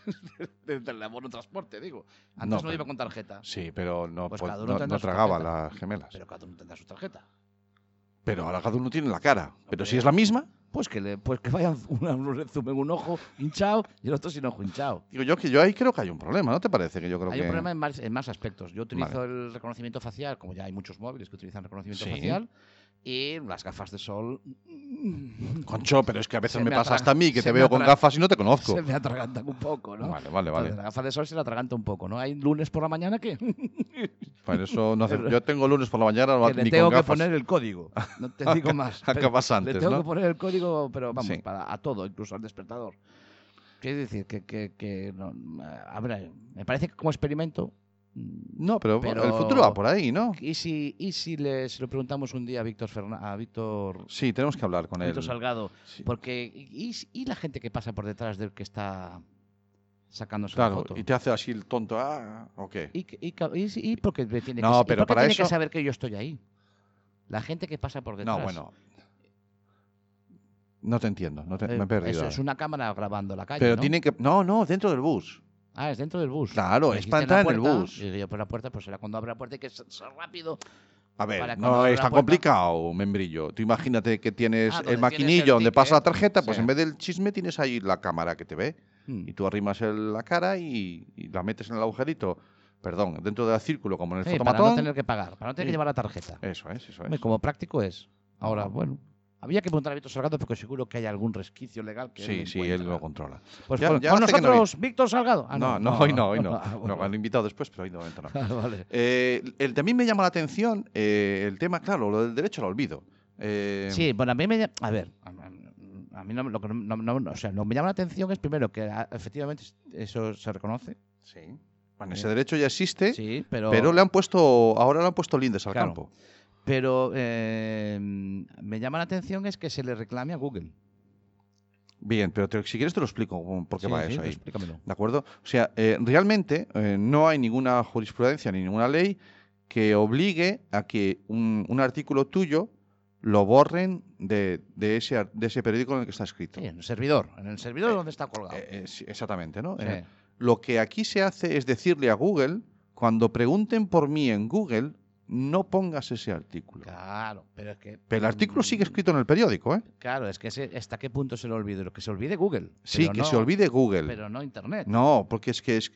[SPEAKER 4] Desde el abono transporte, digo.
[SPEAKER 3] No,
[SPEAKER 4] Antes no,
[SPEAKER 3] pero-
[SPEAKER 4] iba con tarjeta.
[SPEAKER 3] Sí, pero no,
[SPEAKER 4] Pues
[SPEAKER 3] po-
[SPEAKER 4] cada uno
[SPEAKER 3] no-
[SPEAKER 4] tendrá
[SPEAKER 3] no
[SPEAKER 4] su
[SPEAKER 3] tragaba
[SPEAKER 4] tarjeta.
[SPEAKER 3] las gemelas. Pero,
[SPEAKER 4] Pero cada uno tendrá su tarjeta.
[SPEAKER 3] ahora cada uno tiene la cara. Pero si
[SPEAKER 4] Hombre.
[SPEAKER 3] es la misma,
[SPEAKER 4] Pues que, le, pues que vayan una zoom en un ojo hinchado y el otro sin ojo hinchado.
[SPEAKER 3] digo yo que yo ahí creo que hay un problema, ¿no te parece? Que yo creo
[SPEAKER 4] Hay
[SPEAKER 3] que...
[SPEAKER 4] un problema en más, en más aspectos. Yo utilizo el reconocimiento facial, como ya hay muchos móviles que utilizan reconocimiento
[SPEAKER 3] Sí.
[SPEAKER 4] facial, y las gafas de sol.
[SPEAKER 3] Concho, pero es que a veces
[SPEAKER 4] Se
[SPEAKER 3] me,
[SPEAKER 4] me
[SPEAKER 3] pasa
[SPEAKER 4] atra-
[SPEAKER 3] hasta a mí, que
[SPEAKER 4] se
[SPEAKER 3] te
[SPEAKER 4] me
[SPEAKER 3] veo con
[SPEAKER 4] atra-
[SPEAKER 3] gafas y no te conozco.
[SPEAKER 4] Se me atragantan un poco, ¿no?
[SPEAKER 3] Vale, vale,
[SPEAKER 4] Entonces,
[SPEAKER 3] vale.
[SPEAKER 4] La gafa de sol se la atraganta un poco, ¿no? Hay lunes por la mañana que,
[SPEAKER 3] Para eso no hace- Yo tengo lunes por la mañana
[SPEAKER 4] que le
[SPEAKER 3] ni
[SPEAKER 4] tengo
[SPEAKER 3] con
[SPEAKER 4] que
[SPEAKER 3] gafas.
[SPEAKER 4] poner el código. No te digo más. pero
[SPEAKER 3] Acabas antes,
[SPEAKER 4] le tengo
[SPEAKER 3] ¿no?
[SPEAKER 4] que poner el código, pero vamos,
[SPEAKER 3] Sí.
[SPEAKER 4] para, a todo, incluso al despertador. Quiero decir, que, que, que no, a ver, me parece que como experimento. mm,
[SPEAKER 3] No, pero,
[SPEAKER 4] Pero-
[SPEAKER 3] el futuro va por ahí, ¿no?
[SPEAKER 4] ¿Y si, y si le, se lo preguntamos un día a Víctor, Ferna- a Víctor,
[SPEAKER 3] Sí, tenemos que hablar con él.
[SPEAKER 4] Víctor Salgado?
[SPEAKER 3] Sí.
[SPEAKER 4] Porque, y, y si- y la gente que pasa por detrás del que está sacándose la
[SPEAKER 3] Claro,
[SPEAKER 4] foto?
[SPEAKER 3] y te hace así el tonto, ah, ¿o qué?
[SPEAKER 4] ¿Y, que- y, que- y si- y porque me tiene,
[SPEAKER 3] No,
[SPEAKER 4] que, y
[SPEAKER 3] pero
[SPEAKER 4] porque
[SPEAKER 3] para
[SPEAKER 4] tiene que
[SPEAKER 3] eso-
[SPEAKER 4] saber que yo estoy ahí? La gente que pasa por detrás.
[SPEAKER 3] No, bueno. No te entiendo, no te-
[SPEAKER 4] Eh,
[SPEAKER 3] me he perdido.
[SPEAKER 4] Eso
[SPEAKER 3] ahora.
[SPEAKER 4] Eh, es una cámara grabando la calle.
[SPEAKER 3] pero
[SPEAKER 4] ¿no?
[SPEAKER 3] tiene que. No, no, dentro del bus.
[SPEAKER 4] Ah, es dentro del bus.
[SPEAKER 3] Claro,
[SPEAKER 4] Me
[SPEAKER 3] es
[SPEAKER 4] dijiste
[SPEAKER 3] para
[SPEAKER 4] la
[SPEAKER 3] entrar en el
[SPEAKER 4] puerta,
[SPEAKER 3] bus.
[SPEAKER 4] Y digo yo, pues la puerta, pues será cuando abra la puerta y que es rápido.
[SPEAKER 3] A ver,
[SPEAKER 4] Para cuando
[SPEAKER 3] no
[SPEAKER 4] abra
[SPEAKER 3] es
[SPEAKER 4] la
[SPEAKER 3] tan
[SPEAKER 4] puerta.
[SPEAKER 3] complicado, membrillo. Tú imagínate que tienes
[SPEAKER 4] Ah, donde
[SPEAKER 3] el
[SPEAKER 4] tienes
[SPEAKER 3] maquinillo
[SPEAKER 4] el
[SPEAKER 3] donde pasa la
[SPEAKER 4] ticket.
[SPEAKER 3] tarjeta, pues
[SPEAKER 4] Sí.
[SPEAKER 3] en vez del chisme tienes ahí la cámara que te ve.
[SPEAKER 4] Mm.
[SPEAKER 3] Y tú arrimas el- la cara y, y la metes en el agujerito, perdón, dentro del círculo, como en el
[SPEAKER 4] Sí, para no
[SPEAKER 3] fotomatón.
[SPEAKER 4] tener que pagar, para no tener que
[SPEAKER 3] Sí.
[SPEAKER 4] llevar la tarjeta.
[SPEAKER 3] Eso es, eso
[SPEAKER 4] Hombre,
[SPEAKER 3] es.
[SPEAKER 4] como práctico es. Ahora, bueno. Había que preguntar a Víctor Salgado porque seguro que hay algún resquicio legal que él
[SPEAKER 3] Sí,
[SPEAKER 4] no
[SPEAKER 3] sí, él
[SPEAKER 4] encuentra.
[SPEAKER 3] lo controla.
[SPEAKER 4] Pues
[SPEAKER 3] Ya-
[SPEAKER 4] con,
[SPEAKER 3] ya
[SPEAKER 4] con
[SPEAKER 3] hace que no
[SPEAKER 4] nosotros, Víctor Salgado. Ah,
[SPEAKER 3] no, no, hoy no, hoy no.
[SPEAKER 4] Ah,
[SPEAKER 3] No,
[SPEAKER 4] bueno.
[SPEAKER 3] lo han invitado después, pero hoy de momento no.
[SPEAKER 4] Ah, vale.
[SPEAKER 3] Eh, el, también me llama la atención eh, el tema, claro, lo del derecho al olvido. Eh,
[SPEAKER 4] Sí, bueno, a mí me lla- A ver, a- a a mí no, lo que no- no- no- no- o sea, lo que me llama la atención es primero que ah, efectivamente eso se reconoce.
[SPEAKER 3] sí. Bueno, ese derecho ya existe,
[SPEAKER 4] Eh, Sí, pero.
[SPEAKER 3] pero le han puesto, ahora le han puesto lindes al
[SPEAKER 4] Claro.
[SPEAKER 3] campo.
[SPEAKER 4] pero, eh, me llama la atención es que se le reclame a Google.
[SPEAKER 3] Bien, pero te- si quieres te lo explico um, por qué
[SPEAKER 4] Sí,
[SPEAKER 3] va
[SPEAKER 4] sí, pues.
[SPEAKER 3] eso ahí.
[SPEAKER 4] Explícamelo.
[SPEAKER 3] ¿De acuerdo? O sea, eh, realmente eh, no hay ninguna jurisprudencia ni ninguna ley que obligue a que un, un artículo tuyo lo borren de, de ese, ar- de ese periódico en el que está escrito.
[SPEAKER 4] Sí, en el servidor. En el servidor donde está colgado.
[SPEAKER 3] Eh, eh, sí, exactamente, ¿no?
[SPEAKER 4] Sí.
[SPEAKER 3] Eh, lo que aquí se hace es decirle a Google, cuando pregunten por mí en Google, no pongas ese artículo.
[SPEAKER 4] Claro, pero es que.
[SPEAKER 3] Pero el artículo sigue
[SPEAKER 4] Mm,
[SPEAKER 3] escrito en el periódico, ¿eh?
[SPEAKER 4] Claro, es que ese- hasta qué punto se le olvide. Lo que se olvide Google.
[SPEAKER 3] Sí,
[SPEAKER 4] pero
[SPEAKER 3] que
[SPEAKER 4] no-
[SPEAKER 3] se olvide Google.
[SPEAKER 4] Pero no Internet.
[SPEAKER 3] No, porque es que es...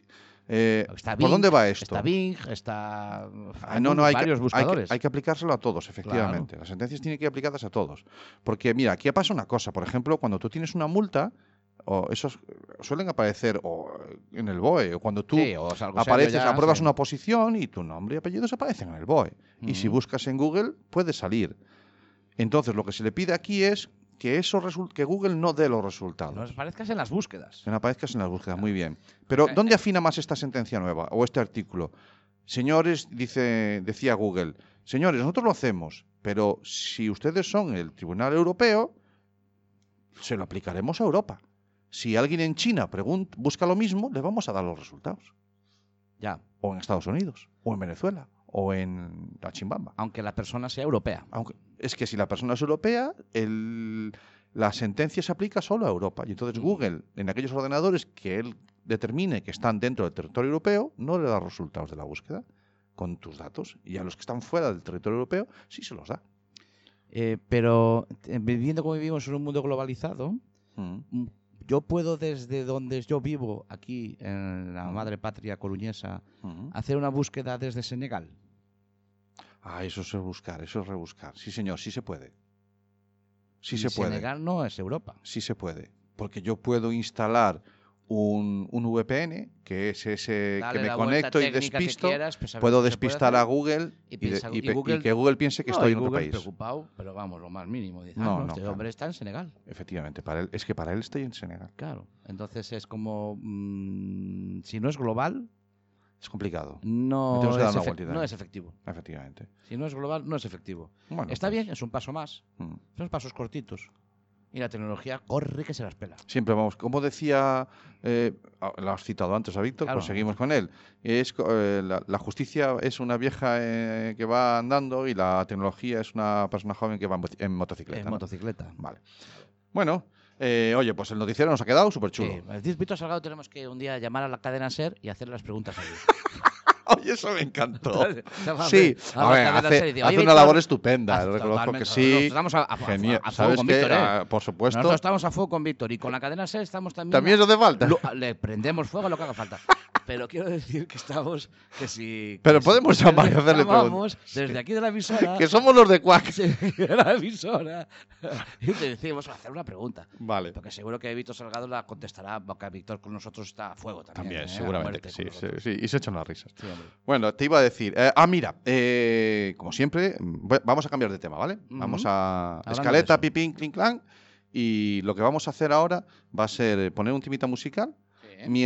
[SPEAKER 3] eh,
[SPEAKER 4] Está
[SPEAKER 3] ¿Por
[SPEAKER 4] Bing,
[SPEAKER 3] dónde va esto?
[SPEAKER 4] Está Bing, está.
[SPEAKER 3] Ah, no, no, hay que-
[SPEAKER 4] varios
[SPEAKER 3] hay que,
[SPEAKER 4] buscadores.
[SPEAKER 3] hay que aplicárselo a todos, efectivamente. Las sentencias tienen que ir aplicadas a todos. Porque, mira, aquí pasa una cosa. Por ejemplo, cuando tú tienes una multa, o esos eh, suelen aparecer o eh, en el BOE, o cuando tú
[SPEAKER 4] Sí, o es algo serio
[SPEAKER 3] apareces,
[SPEAKER 4] ya,
[SPEAKER 3] apruebas
[SPEAKER 4] sí.
[SPEAKER 3] una posición y tu nombre y apellidos aparecen en el BOE. Y si
[SPEAKER 4] Ujú.
[SPEAKER 3] buscas en Google, puede salir. Entonces, lo que se le pide aquí es que, eso resul- que Google no dé los resultados.
[SPEAKER 4] No aparezcas en las búsquedas.
[SPEAKER 3] Que no aparezcas en las búsquedas, muy bien. Pero,
[SPEAKER 4] Eh,
[SPEAKER 3] ¿dónde afina más esta sentencia nueva o este artículo? Señores, dice, decía Google, señores, nosotros lo hacemos, pero si ustedes son el Tribunal Europeo, se lo aplicaremos a Europa. Si alguien en China pregun- busca lo mismo, le vamos a dar los resultados.
[SPEAKER 4] Ya,
[SPEAKER 3] O en Estados Unidos, o en Venezuela, o en la Chimbamba.
[SPEAKER 4] aunque la persona sea europea.
[SPEAKER 3] Aunque, es que si la persona es europea, el- la sentencia se aplica solo a Europa. Y entonces Google, en aquellos ordenadores que él determine que están dentro del territorio europeo, no le da resultados de la búsqueda con tus datos. Y a los que están fuera del territorio europeo, sí se los da.
[SPEAKER 4] Eh, pero eh, viviendo como vivimos en un mundo globalizado,
[SPEAKER 3] Mm.
[SPEAKER 4] mm, yo puedo desde donde yo vivo, aquí en la madre patria coruñesa,
[SPEAKER 3] Mm.
[SPEAKER 4] hacer una búsqueda desde Senegal.
[SPEAKER 3] Ah, eso es rebuscar, eso es rebuscar. Sí, señor, sí se puede. Sí
[SPEAKER 4] Y
[SPEAKER 3] se puede.
[SPEAKER 4] Senegal no es Europa.
[SPEAKER 3] Sí se puede. Porque yo puedo instalar un, un VPN, que es ese
[SPEAKER 4] Dale
[SPEAKER 3] que me
[SPEAKER 4] la vuelta
[SPEAKER 3] conecto y
[SPEAKER 4] técnica que
[SPEAKER 3] despisto.
[SPEAKER 4] quieras, pues a ver
[SPEAKER 3] puedo
[SPEAKER 4] qué se puede
[SPEAKER 3] despistar
[SPEAKER 4] hacer.
[SPEAKER 3] a Google
[SPEAKER 4] Y
[SPEAKER 3] y, de-
[SPEAKER 4] piensa-
[SPEAKER 3] y
[SPEAKER 4] y
[SPEAKER 3] pe- y
[SPEAKER 4] Google-
[SPEAKER 3] que Google piense que
[SPEAKER 4] No,
[SPEAKER 3] estoy
[SPEAKER 4] y
[SPEAKER 3] en otro
[SPEAKER 4] Google
[SPEAKER 3] país.
[SPEAKER 4] preocupado, pero vamos, lo más mínimo. Dice, ah,
[SPEAKER 3] No,
[SPEAKER 4] no,
[SPEAKER 3] no,
[SPEAKER 4] este
[SPEAKER 3] claro.
[SPEAKER 4] hombre está en Senegal.
[SPEAKER 3] Efectivamente, para él, es que para él estoy en Senegal.
[SPEAKER 4] Claro. Entonces es como, mm, si no es global,
[SPEAKER 3] Es complicado, Le
[SPEAKER 4] no
[SPEAKER 3] tenemos que dar
[SPEAKER 4] es
[SPEAKER 3] una
[SPEAKER 4] efec-
[SPEAKER 3] vueltita.
[SPEAKER 4] no es efectivo.
[SPEAKER 3] efectivamente.
[SPEAKER 4] Si no es global, no es efectivo.
[SPEAKER 3] Bueno,
[SPEAKER 4] Está
[SPEAKER 3] pues,
[SPEAKER 4] bien, es un paso más.
[SPEAKER 3] mm.
[SPEAKER 4] Son pasos cortitos. Y la tecnología corre que se las pela.
[SPEAKER 3] Siempre vamos, como decía, eh, ah, lo has citado antes a Víctor,
[SPEAKER 4] Claro.
[SPEAKER 3] pues seguimos con él. Es, co- eh, la, la justicia es una vieja eh, que va andando y la tecnología es una persona joven que va en, moci- en motocicleta.
[SPEAKER 4] En
[SPEAKER 3] ¿no?
[SPEAKER 4] motocicleta.
[SPEAKER 3] Vale. Bueno, eh, oye, pues el noticiero nos ha quedado súper chulo.
[SPEAKER 4] Sí, Eh, el Víctor Salgado tenemos que un día llamar a la cadena SER y hacer las preguntas allí.
[SPEAKER 3] Oye, eso me encantó.
[SPEAKER 4] Vamos
[SPEAKER 3] Sí,
[SPEAKER 4] a
[SPEAKER 3] a
[SPEAKER 4] ver,
[SPEAKER 3] ver,
[SPEAKER 4] cadena
[SPEAKER 3] hace,
[SPEAKER 4] SER y dice,
[SPEAKER 3] hace
[SPEAKER 4] "Oye,
[SPEAKER 3] una
[SPEAKER 4] Víctor".
[SPEAKER 3] labor estupenda,
[SPEAKER 4] Ah,
[SPEAKER 3] reconozco
[SPEAKER 4] totalmente,
[SPEAKER 3] que sí.
[SPEAKER 4] Estamos a, a- a-
[SPEAKER 3] Genial.
[SPEAKER 4] a fuego
[SPEAKER 3] ¿Sabes
[SPEAKER 4] con
[SPEAKER 3] qué?
[SPEAKER 4] Víctor, ¿eh?
[SPEAKER 3] Ah, por supuesto.
[SPEAKER 4] Nosotros estamos a fuego con Víctor y con la cadena SER estamos también.
[SPEAKER 3] También eso hace falta.
[SPEAKER 4] lo- le prendemos fuego a lo que haga falta. Pero quiero decir que estamos. Que si.
[SPEAKER 3] Pero
[SPEAKER 4] que si-
[SPEAKER 3] podemos llamar y hacerle
[SPEAKER 4] llamamos desde aquí de la emisora.
[SPEAKER 3] que somos los de Quack.
[SPEAKER 4] desde la emisora. Y te decimos hacer una pregunta.
[SPEAKER 3] Vale.
[SPEAKER 4] Porque seguro que Víctor Salgado la contestará, porque Víctor con nosotros está a fuego también.
[SPEAKER 3] También,
[SPEAKER 4] ¿eh? A
[SPEAKER 3] seguramente
[SPEAKER 4] muerte
[SPEAKER 3] que
[SPEAKER 4] con
[SPEAKER 3] sí, sí,
[SPEAKER 4] nosotros.
[SPEAKER 3] sí, Y se echan las risas.
[SPEAKER 4] Sí, hombre.
[SPEAKER 3] Bueno, te iba a decir. eh, ah, mira, eh, como siempre, mm, voy- vamos a cambiar de tema, ¿vale? Vamos
[SPEAKER 4] Ujú.
[SPEAKER 3] a
[SPEAKER 4] de
[SPEAKER 3] escaleta,
[SPEAKER 4] eso.
[SPEAKER 3] pipín, clink, clan. Y lo que vamos a hacer ahora va a ser eh, poner un timita musical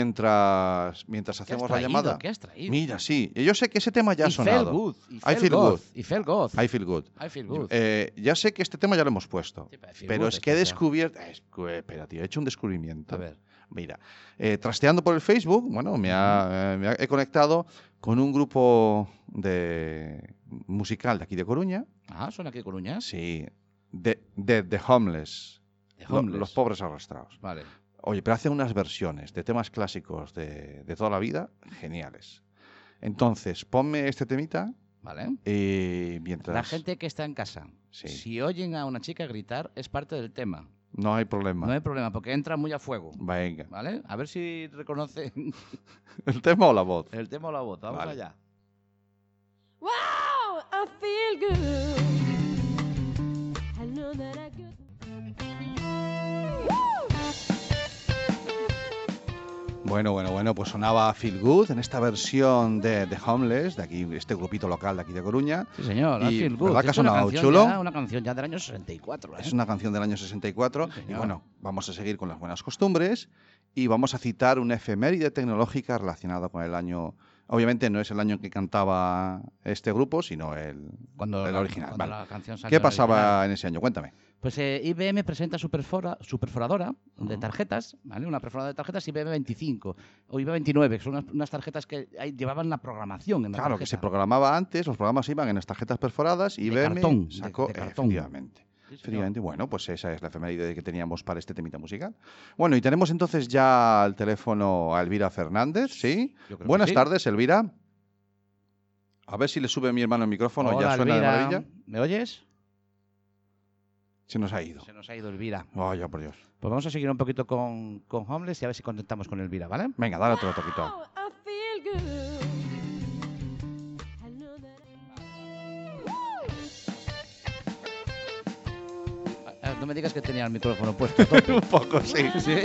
[SPEAKER 3] mientras, mientras
[SPEAKER 4] ¿eh? ¿Qué has
[SPEAKER 3] hacemos la
[SPEAKER 4] traído?
[SPEAKER 3] llamada.
[SPEAKER 4] ¿Qué has traído?
[SPEAKER 3] Mira, sí. Yo sé que ese tema ya ha
[SPEAKER 4] I feel
[SPEAKER 3] sonado.
[SPEAKER 4] good, I
[SPEAKER 3] feel
[SPEAKER 4] feel
[SPEAKER 3] good.
[SPEAKER 4] good. I feel good.
[SPEAKER 3] I feel good.
[SPEAKER 4] I feel good.
[SPEAKER 3] Eh, ya sé que este tema ya lo hemos puesto.
[SPEAKER 4] Sí, I feel
[SPEAKER 3] Pero
[SPEAKER 4] good
[SPEAKER 3] es que he
[SPEAKER 4] este
[SPEAKER 3] descubierto. eh, es que, Espera, tío, he hecho un descubrimiento.
[SPEAKER 4] tema. A ver.
[SPEAKER 3] Mira, eh, trasteando por el Facebook, bueno, me, ha- eh, me ha- he conectado con un grupo de musical de aquí de Coruña.
[SPEAKER 4] Ah, son aquí Coruñas.
[SPEAKER 3] Sí, de, de- The Homeless,
[SPEAKER 4] De
[SPEAKER 3] lo-
[SPEAKER 4] homeless.
[SPEAKER 3] los pobres arrastrados.
[SPEAKER 4] Vale.
[SPEAKER 3] Oye, pero hace unas versiones de temas clásicos de, de toda la vida geniales. Entonces, ponme este temita
[SPEAKER 4] ¿Vale?
[SPEAKER 3] y mientras...
[SPEAKER 4] La gente que está en casa,
[SPEAKER 3] Sí.
[SPEAKER 4] si oyen a una chica gritar, es parte del tema.
[SPEAKER 3] No hay problema.
[SPEAKER 4] No hay problema, porque entra muy a fuego.
[SPEAKER 3] Venga.
[SPEAKER 4] ¿Vale? A ver si reconocen
[SPEAKER 3] ¿El tema o la voz?
[SPEAKER 4] el tema o la voz. Vamos
[SPEAKER 3] Vale.
[SPEAKER 4] allá.
[SPEAKER 5] Wow, I feel good. I know that I could.
[SPEAKER 3] Bueno, bueno, bueno, pues sonaba Feel Good en esta versión de The Homeless, de aquí, este grupito local de aquí de Coruña.
[SPEAKER 4] Sí, señor.
[SPEAKER 3] Y,
[SPEAKER 4] I feel good.
[SPEAKER 3] ¿verdad que
[SPEAKER 4] Es
[SPEAKER 3] ha
[SPEAKER 4] una
[SPEAKER 3] sonado
[SPEAKER 4] canción
[SPEAKER 3] chulo?
[SPEAKER 4] ya- una canción ya del año 64. ¿eh?
[SPEAKER 3] Es una canción del año 64
[SPEAKER 4] Sí, señor.
[SPEAKER 3] y bueno, vamos a seguir con las buenas costumbres y vamos a citar una efeméride tecnológica relacionada con el año... Obviamente no es el año en que cantaba este grupo, sino el...
[SPEAKER 4] Cuando
[SPEAKER 3] el
[SPEAKER 4] la,
[SPEAKER 3] original,
[SPEAKER 4] cuando
[SPEAKER 3] vale.
[SPEAKER 4] la canción salió
[SPEAKER 3] ¿Qué
[SPEAKER 4] el original.
[SPEAKER 3] pasaba en ese año? Cuéntame.
[SPEAKER 4] Pues eh, IBM presenta su, perfora- su perforadora de
[SPEAKER 3] Ujú.
[SPEAKER 4] tarjetas, ¿vale? Una perforadora de tarjetas IBM 25 o IBM 29, que son unas, unas tarjetas que ahí llevaban la programación en la
[SPEAKER 3] Claro, que se
[SPEAKER 4] tarjeta.
[SPEAKER 3] programaba antes, los programas iban en las tarjetas perforadas y
[SPEAKER 4] De
[SPEAKER 3] IBM
[SPEAKER 4] cartón, de-
[SPEAKER 3] sacó...
[SPEAKER 4] de cartón.
[SPEAKER 3] Efectivamente.
[SPEAKER 4] Sí, señor.
[SPEAKER 3] Efectivamente, bueno, pues esa es la efeméride que teníamos para este temita musical. Bueno, y tenemos entonces ya al teléfono a Elvira Fernández, ¿sí?
[SPEAKER 4] Yo creo que
[SPEAKER 3] Buenas
[SPEAKER 4] sí.
[SPEAKER 3] tardes, Elvira. A ver si le sube a mi hermano el micrófono,
[SPEAKER 4] Hola,
[SPEAKER 3] ya suena
[SPEAKER 4] Elvira.
[SPEAKER 3] de maravilla.
[SPEAKER 4] ¿Me oyes?
[SPEAKER 3] Se nos ha ido.
[SPEAKER 4] Se nos ha ido Elvira.
[SPEAKER 3] Vaya, por Dios.
[SPEAKER 4] Pues vamos a seguir un poquito con, con Homeless y a ver si contentamos con Elvira, ¿vale?
[SPEAKER 3] Venga, dale otro toquito.
[SPEAKER 5] Wow, I feel good. I know that I
[SPEAKER 4] Ah, ah, No me digas que tenía el micrófono puesto. a tope.
[SPEAKER 3] Un poco, sí.
[SPEAKER 4] ¿Sí?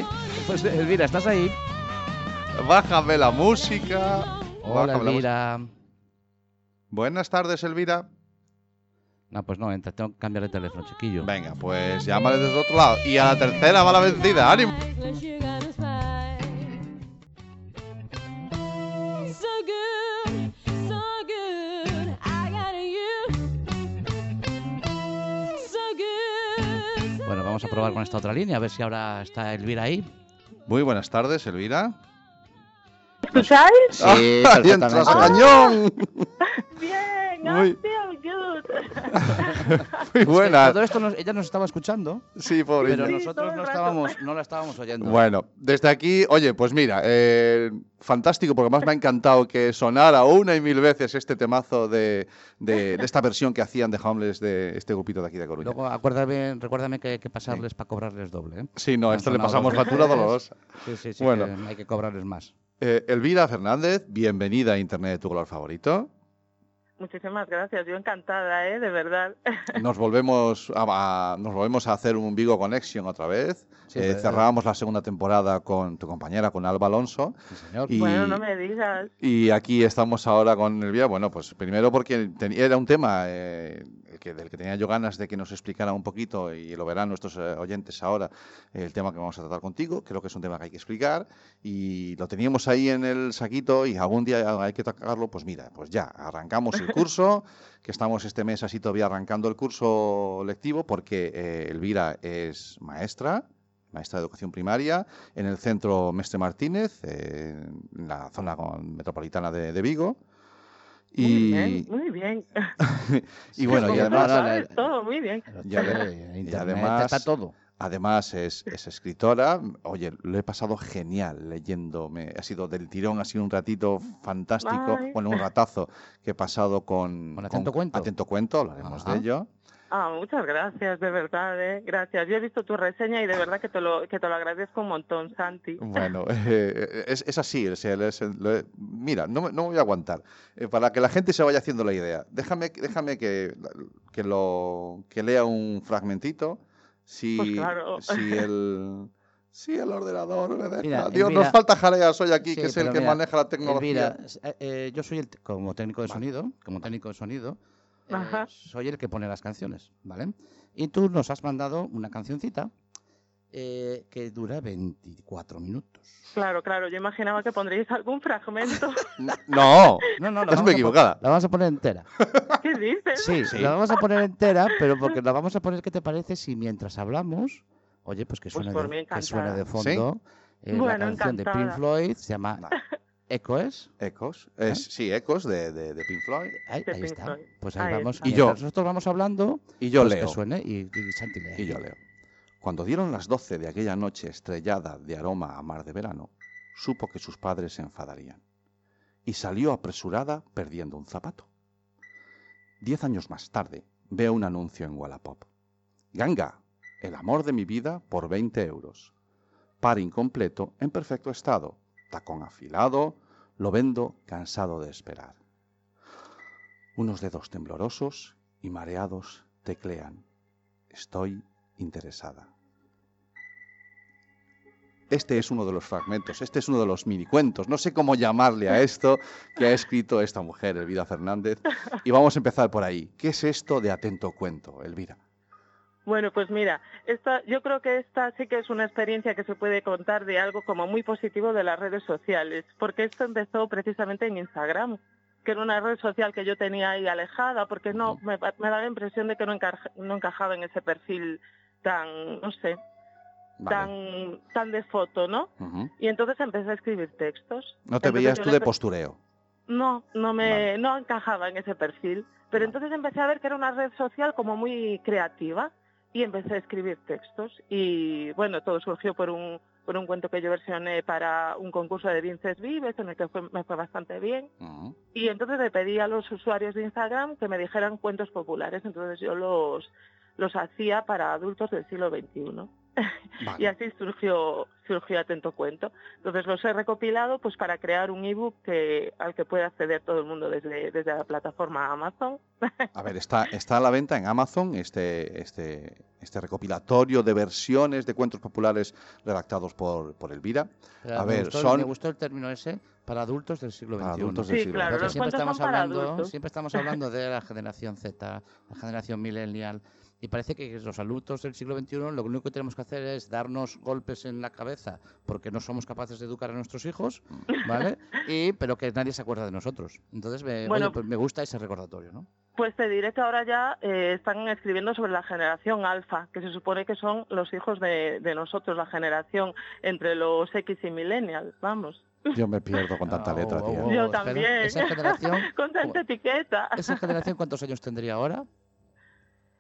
[SPEAKER 4] Pues Elvira, ¿estás ahí?
[SPEAKER 3] Bájame la música.
[SPEAKER 4] Hola,
[SPEAKER 3] Bájame la música.
[SPEAKER 4] Elvira.
[SPEAKER 3] Buenas tardes, Elvira.
[SPEAKER 4] No, pues no, entra, tengo que cambiar de teléfono, chiquillo.
[SPEAKER 3] Venga, pues llámale desde otro lado. Y a la tercera va la vencida. ¡Ánimo!
[SPEAKER 5] eyes when she got a smile. So good, so good, I got you. So good. so
[SPEAKER 4] Bueno, vamos a probar con esta otra línea, a ver si ahora está Elvira ahí.
[SPEAKER 3] Muy buenas tardes, Elvira.
[SPEAKER 6] ¿Escucháis?
[SPEAKER 7] Sí,
[SPEAKER 3] ¡Ah, y entras a
[SPEAKER 7] perfectamente.
[SPEAKER 3] cañón!
[SPEAKER 6] Bien,
[SPEAKER 3] Muy-
[SPEAKER 6] I feel good.
[SPEAKER 3] Muy buenas.
[SPEAKER 4] Todo esto nos- ella nos estaba escuchando,
[SPEAKER 3] Sí,
[SPEAKER 4] Ah. pero
[SPEAKER 6] Sí,
[SPEAKER 3] pobre.
[SPEAKER 6] todo
[SPEAKER 4] nosotros
[SPEAKER 6] el
[SPEAKER 4] no,
[SPEAKER 6] rato.
[SPEAKER 4] estábamos, no la estábamos oyendo.
[SPEAKER 3] Bueno, desde aquí, oye, pues mira, eh, fantástico, porque más me ha encantado que sonara una y mil veces este temazo de, de- de esta versión que hacían de Homeless de este grupito de aquí de Coruña.
[SPEAKER 4] Luego acuérdame, recuérdame que hay que pasarles para cobrarles doble. ¿eh?
[SPEAKER 3] Sí, no, a esto
[SPEAKER 4] han
[SPEAKER 3] le
[SPEAKER 4] sonado
[SPEAKER 3] pasamos
[SPEAKER 4] dos
[SPEAKER 3] factura
[SPEAKER 4] veces.
[SPEAKER 3] dolorosa.
[SPEAKER 4] Sí, sí, sí.
[SPEAKER 3] Bueno.
[SPEAKER 4] que hay que cobrarles más.
[SPEAKER 3] Eh, Elvira Fernández, bienvenida a Internet de tu color favorito.
[SPEAKER 6] Muchísimas gracias, yo encantada, ¿eh? De verdad.
[SPEAKER 3] Nos volvemos a, a- nos volvemos a hacer un Vigo Connection otra vez.
[SPEAKER 4] Sí,
[SPEAKER 3] Eh,
[SPEAKER 4] pero-
[SPEAKER 3] cerrábamos la segunda temporada con tu compañera, con Alba Alonso.
[SPEAKER 4] Sí, señor.
[SPEAKER 3] Y-
[SPEAKER 6] Bueno, no me digas.
[SPEAKER 3] Y aquí estamos ahora con Elvira. Bueno, pues primero porque ten- era un tema eh, el que, del que tenía yo ganas de que nos explicara un poquito, y lo verán nuestros eh, oyentes ahora, el tema que vamos a tratar contigo. Creo que es un tema que hay que explicar. Y lo teníamos ahí en el saquito y algún día hay que tocarlo. Pues mira, pues ya, arrancamos el curso, que estamos este mes así todavía arrancando el curso lectivo, porque eh, Elvira es maestra, maestra de educación primaria, en el centro Mestre Martínez, eh, en la zona con- metropolitana de, de Vigo.
[SPEAKER 6] Muy
[SPEAKER 3] Y,
[SPEAKER 6] bien, muy bien.
[SPEAKER 3] y bueno, y
[SPEAKER 6] Como
[SPEAKER 3] además,
[SPEAKER 6] tú sabes, todo muy bien.
[SPEAKER 3] y ade-
[SPEAKER 4] Eh,
[SPEAKER 3] y
[SPEAKER 4] Internet
[SPEAKER 3] además-
[SPEAKER 4] está todo.
[SPEAKER 3] además es, es escritora. Oye, lo he pasado genial leyéndome. Ha sido del tirón, ha sido un ratito fantástico,
[SPEAKER 6] Ay.
[SPEAKER 3] bueno, un ratazo que he pasado con...
[SPEAKER 4] Con Atento Cuento.
[SPEAKER 3] Atento Cuento, hablaremos
[SPEAKER 4] Ajá.
[SPEAKER 3] de ello.
[SPEAKER 6] Ah, muchas gracias, de verdad, ¿eh? Gracias. Yo he visto tu reseña y de verdad que te lo, que te lo agradezco un montón, Santi.
[SPEAKER 3] Bueno, eh, es, es así. o sea, es- lo- mira, no, me- no me voy a aguantar. Eh, para que la gente se vaya haciendo la idea, déjame, déjame que, que, lo, que lea un fragmentito. Si,
[SPEAKER 6] Pues claro.
[SPEAKER 3] si el. si el ordenador me deja.
[SPEAKER 4] Mira,
[SPEAKER 3] Dios,
[SPEAKER 4] Elvira-
[SPEAKER 3] nos falta jareas hoy aquí,
[SPEAKER 4] Sí,
[SPEAKER 3] que es
[SPEAKER 4] pero
[SPEAKER 3] el que
[SPEAKER 4] mira,
[SPEAKER 3] maneja la tecnología.
[SPEAKER 4] Elvira, s- eh, eh, yo soy el, t- como técnico de
[SPEAKER 3] Vale.
[SPEAKER 4] sonido, como técnico de sonido, eh,
[SPEAKER 6] Ajá.
[SPEAKER 4] soy el que pone las canciones, ¿vale? Y tú nos has mandado una cancioncita eh, que dura 24 minutos.
[SPEAKER 6] Claro, claro, yo imaginaba que pondríais algún fragmento.
[SPEAKER 3] No,
[SPEAKER 4] No, no, la
[SPEAKER 3] estás
[SPEAKER 4] vamos a
[SPEAKER 3] equivocada.
[SPEAKER 4] pon- La vamos a poner entera.
[SPEAKER 6] ¿Qué dices?
[SPEAKER 4] Sí,
[SPEAKER 3] Sí.
[SPEAKER 4] la vamos a poner entera, pero porque la vamos a poner, ¿qué te parece si mientras hablamos, oye, pues que
[SPEAKER 6] Pues
[SPEAKER 4] suene,
[SPEAKER 6] por mí
[SPEAKER 4] de, que
[SPEAKER 6] encantada.
[SPEAKER 4] suene de fondo eh, la
[SPEAKER 6] Bueno,
[SPEAKER 4] canción de Pink
[SPEAKER 6] encantada.
[SPEAKER 4] Floyd, se llama Echoes.
[SPEAKER 3] Ecos. Es,
[SPEAKER 4] ¿Eh?
[SPEAKER 3] Sí, Ecos de, de, de Pink Floyd.
[SPEAKER 4] Ahí,
[SPEAKER 6] De
[SPEAKER 4] ahí
[SPEAKER 6] Pink
[SPEAKER 4] está.
[SPEAKER 6] Floyd.
[SPEAKER 4] Pues ahí,
[SPEAKER 6] Ahí
[SPEAKER 4] vamos.
[SPEAKER 6] está.
[SPEAKER 3] Y yo.
[SPEAKER 4] Pues mientras Nosotros vamos hablando.
[SPEAKER 3] Y yo
[SPEAKER 4] pues
[SPEAKER 3] leo.
[SPEAKER 4] Que suene y, y Santi lee.
[SPEAKER 3] Y yo leo. Cuando dieron las doce de aquella noche estrellada de aroma a mar de verano, supo que sus padres se enfadarían y salió apresurada perdiendo un zapato. Diez años más tarde veo un anuncio en Wallapop. Ganga, el amor de mi vida por 20 euros. Par incompleto en perfecto estado, tacón afilado, lo vendo cansado de esperar. Unos dedos temblorosos y mareados teclean. Estoy interesada. Este es uno de los fragmentos, este es uno de los minicuentos, no sé cómo llamarle a esto que ha escrito esta mujer, Elvira Fernández. Y vamos a empezar por ahí. ¿Qué es esto de atento cuento, Elvira?
[SPEAKER 6] Bueno, pues mira, esta, yo creo que esta sí que es una experiencia que se puede contar de algo como muy positivo de las redes sociales, porque esto empezó precisamente en Instagram, que era una red social que yo tenía ahí alejada, porque no me, me da la impresión de que no, encaja- no encajaba en ese perfil tan, no sé,
[SPEAKER 3] Vale.
[SPEAKER 6] tan, tan de foto, ¿no?
[SPEAKER 3] Ujú.
[SPEAKER 6] Y entonces empecé a escribir textos.
[SPEAKER 3] No te
[SPEAKER 6] Entonces
[SPEAKER 3] veías
[SPEAKER 6] yo
[SPEAKER 3] tú
[SPEAKER 6] le
[SPEAKER 3] de
[SPEAKER 6] pre-
[SPEAKER 3] postureo.
[SPEAKER 6] No, no me
[SPEAKER 3] Vale.
[SPEAKER 6] no encajaba en ese perfil. Pero entonces empecé a ver que era una red social como muy creativa y empecé a escribir textos. Y bueno, todo surgió por un, por un cuento que yo versioné para un concurso de Vinces Vives, en el que fue- me fue bastante bien.
[SPEAKER 3] Ujú.
[SPEAKER 6] Y entonces le pedí a los usuarios de Instagram que me dijeran cuentos populares. Entonces yo los, los hacía para adultos del siglo XXI.
[SPEAKER 3] Vale.
[SPEAKER 6] Y así surgió, surgió Atento Cuento. Entonces los he recopilado pues para crear un ebook que, al que puede acceder todo el mundo desde, desde la plataforma Amazon.
[SPEAKER 3] A ver, está, está a la venta en Amazon este, este, este recopilatorio de versiones de cuentos populares redactados por, por Elvira.
[SPEAKER 4] Pero
[SPEAKER 3] A
[SPEAKER 4] me
[SPEAKER 3] ver,
[SPEAKER 4] gustó,
[SPEAKER 3] son-
[SPEAKER 4] me gustó el término ese para adultos del siglo
[SPEAKER 3] Para
[SPEAKER 4] XXI.
[SPEAKER 3] adultos del
[SPEAKER 6] Sí,
[SPEAKER 3] siglo
[SPEAKER 6] claro,
[SPEAKER 4] Porque
[SPEAKER 6] los
[SPEAKER 3] XX.
[SPEAKER 4] siempre
[SPEAKER 6] cuentos
[SPEAKER 4] estamos
[SPEAKER 6] son para
[SPEAKER 4] hablando,
[SPEAKER 6] adultos.
[SPEAKER 4] siempre estamos hablando de la generación Z, la generación millennial, y parece que los adultos del siglo XXI lo único que tenemos que hacer es darnos golpes en la cabeza porque no somos capaces de educar a nuestros hijos, ¿vale? Y, pero que nadie se acuerda de nosotros. Entonces, me,
[SPEAKER 6] Bueno.
[SPEAKER 4] oye, pues me gusta ese recordatorio, ¿no?
[SPEAKER 6] Pues te diré que ahora ya eh, están escribiendo sobre la generación alfa, que se supone que son los hijos de, de nosotros, la generación entre los X y millennials, vamos.
[SPEAKER 3] Yo me pierdo con tanta
[SPEAKER 4] Oh,
[SPEAKER 3] letra,
[SPEAKER 4] oh,
[SPEAKER 3] tía.
[SPEAKER 4] oh,
[SPEAKER 6] Yo
[SPEAKER 4] espera,
[SPEAKER 6] también.
[SPEAKER 4] Esa generación,
[SPEAKER 6] Con tanta etiqueta.
[SPEAKER 4] esa generación, ¿cuántos años tendría ahora?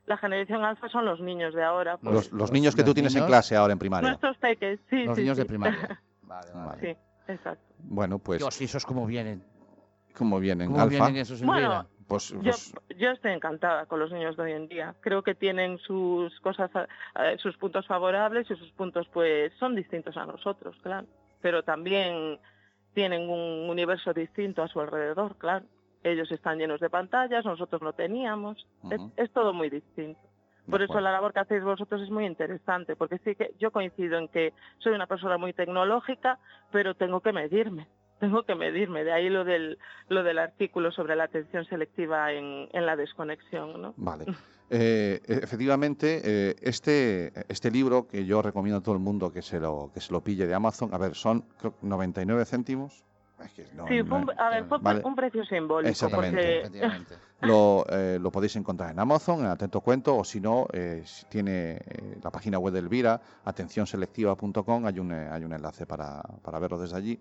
[SPEAKER 6] La generación alfa son los niños de ahora. pues.
[SPEAKER 3] Los, los
[SPEAKER 4] los-
[SPEAKER 3] niños que
[SPEAKER 4] los
[SPEAKER 3] tú tienes en
[SPEAKER 4] niños-
[SPEAKER 3] clase ahora en primaria.
[SPEAKER 6] Nuestros peques, sí.
[SPEAKER 4] Los
[SPEAKER 6] sí,
[SPEAKER 4] niños
[SPEAKER 6] sí.
[SPEAKER 4] de primaria. Vale, vale.
[SPEAKER 3] Vale.
[SPEAKER 6] Sí, exacto.
[SPEAKER 3] Bueno, pues
[SPEAKER 4] Dios, eso es como vienen.
[SPEAKER 3] como vienen
[SPEAKER 4] ¿Cómo
[SPEAKER 3] alfa,
[SPEAKER 4] vienen esos en
[SPEAKER 6] Bueno,
[SPEAKER 4] vida?
[SPEAKER 3] pues,
[SPEAKER 6] Yo,
[SPEAKER 3] pues,
[SPEAKER 6] yo estoy encantada con los niños de hoy en día. Creo que tienen sus cosas, eh, sus puntos favorables y sus puntos, pues, son distintos a nosotros, claro. Pero también tienen un universo distinto a su alrededor, claro. Ellos están llenos de pantallas, nosotros no teníamos. Es-
[SPEAKER 3] Ujú.
[SPEAKER 6] es, todo muy distinto.
[SPEAKER 3] de
[SPEAKER 6] Por eso
[SPEAKER 3] acuerdo.
[SPEAKER 6] la labor que hacéis vosotros es muy interesante, porque sí que yo coincido en que soy una persona muy tecnológica, pero tengo que medirme, tengo que medirme. De ahí lo del, lo del artículo sobre la atención selectiva en, en la desconexión, ¿no?
[SPEAKER 3] Vale. Eh, e- efectivamente, eh, este, este libro que yo recomiendo a todo el mundo que se lo, que se lo pille de Amazon, a ver, son creo, 99 céntimos. Es que no-
[SPEAKER 6] Sí, fue
[SPEAKER 3] no-
[SPEAKER 6] un, a ver, fue
[SPEAKER 3] Vale.
[SPEAKER 6] un precio simbólico,
[SPEAKER 3] Exactamente.
[SPEAKER 6] porque
[SPEAKER 4] Efectivamente.
[SPEAKER 3] Lo, eh, lo podéis encontrar en Amazon, en Atento Cuento, o si no, eh, si tiene eh, la página web de Elvira, atencionselectiva.com, hay un, eh, hay un enlace para, para verlo desde allí.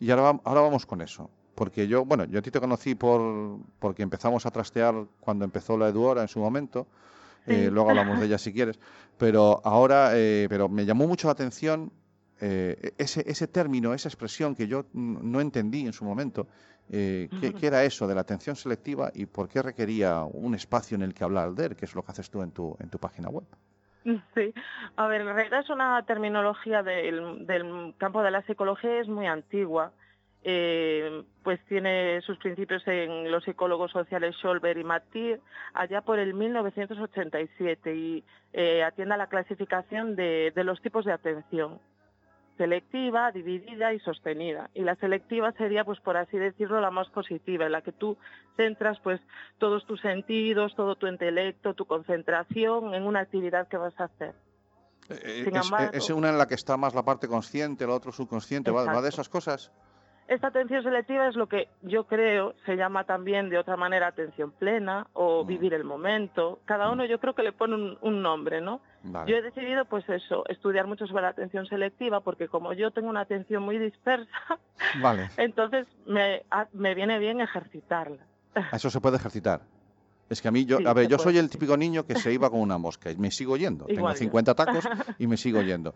[SPEAKER 3] Y ahora, vam- ahora vamos con eso. Porque yo, bueno, yo a ti te conocí por, porque empezamos a trastear cuando empezó la Eduora en su momento. Eh,
[SPEAKER 6] Sí.
[SPEAKER 3] luego hablamos de ella si quieres. Pero ahora, eh, pero me llamó mucho la atención eh, ese, ese término, esa expresión que yo mm, no entendí en su momento. eh, ¿qué, qué era eso de la atención selectiva y por qué requería un espacio en el que hablar de él? Que es lo que haces tú en tu, en tu página web.
[SPEAKER 6] Sí, a ver, en realidad es una terminología del, del campo de la psicología, es muy antigua. Eh, pues tiene sus principios en los psicólogos sociales Scholberg y Matir, allá por el 1987, y eh, atiende a la clasificación de, de los tipos de atención, selectiva, dividida y sostenida. Y la selectiva sería, pues por así decirlo, la más positiva, en la que tú centras pues todos tus sentidos, todo tu intelecto, tu concentración en una actividad que vas a hacer.
[SPEAKER 3] Eh, eh,
[SPEAKER 6] Sin
[SPEAKER 3] es,
[SPEAKER 6] embargo-
[SPEAKER 3] es una en la que está más la parte consciente, la otra subconsciente, ¿va, va de
[SPEAKER 6] Exacto.
[SPEAKER 3] esas cosas?
[SPEAKER 6] Esta atención selectiva es lo que yo creo se llama también de otra manera atención plena o
[SPEAKER 3] Mm.
[SPEAKER 6] vivir el momento. Cada uno yo creo que le pone un, un nombre, ¿no?
[SPEAKER 3] Vale.
[SPEAKER 6] Yo he decidido pues eso, estudiar mucho sobre la atención selectiva porque como yo tengo una atención muy dispersa,
[SPEAKER 3] Vale.
[SPEAKER 6] entonces me, a- me viene bien ejercitarla.
[SPEAKER 3] A Eso se puede ejercitar. Es que a mí, yo,
[SPEAKER 6] Sí,
[SPEAKER 3] a ver,
[SPEAKER 6] se
[SPEAKER 3] yo
[SPEAKER 6] puede,
[SPEAKER 3] soy el
[SPEAKER 6] sí.
[SPEAKER 3] típico niño que se iba con una mosca y me sigo yendo. Tengo
[SPEAKER 6] Igual yo.
[SPEAKER 3] 50 tacos y me sigo yendo.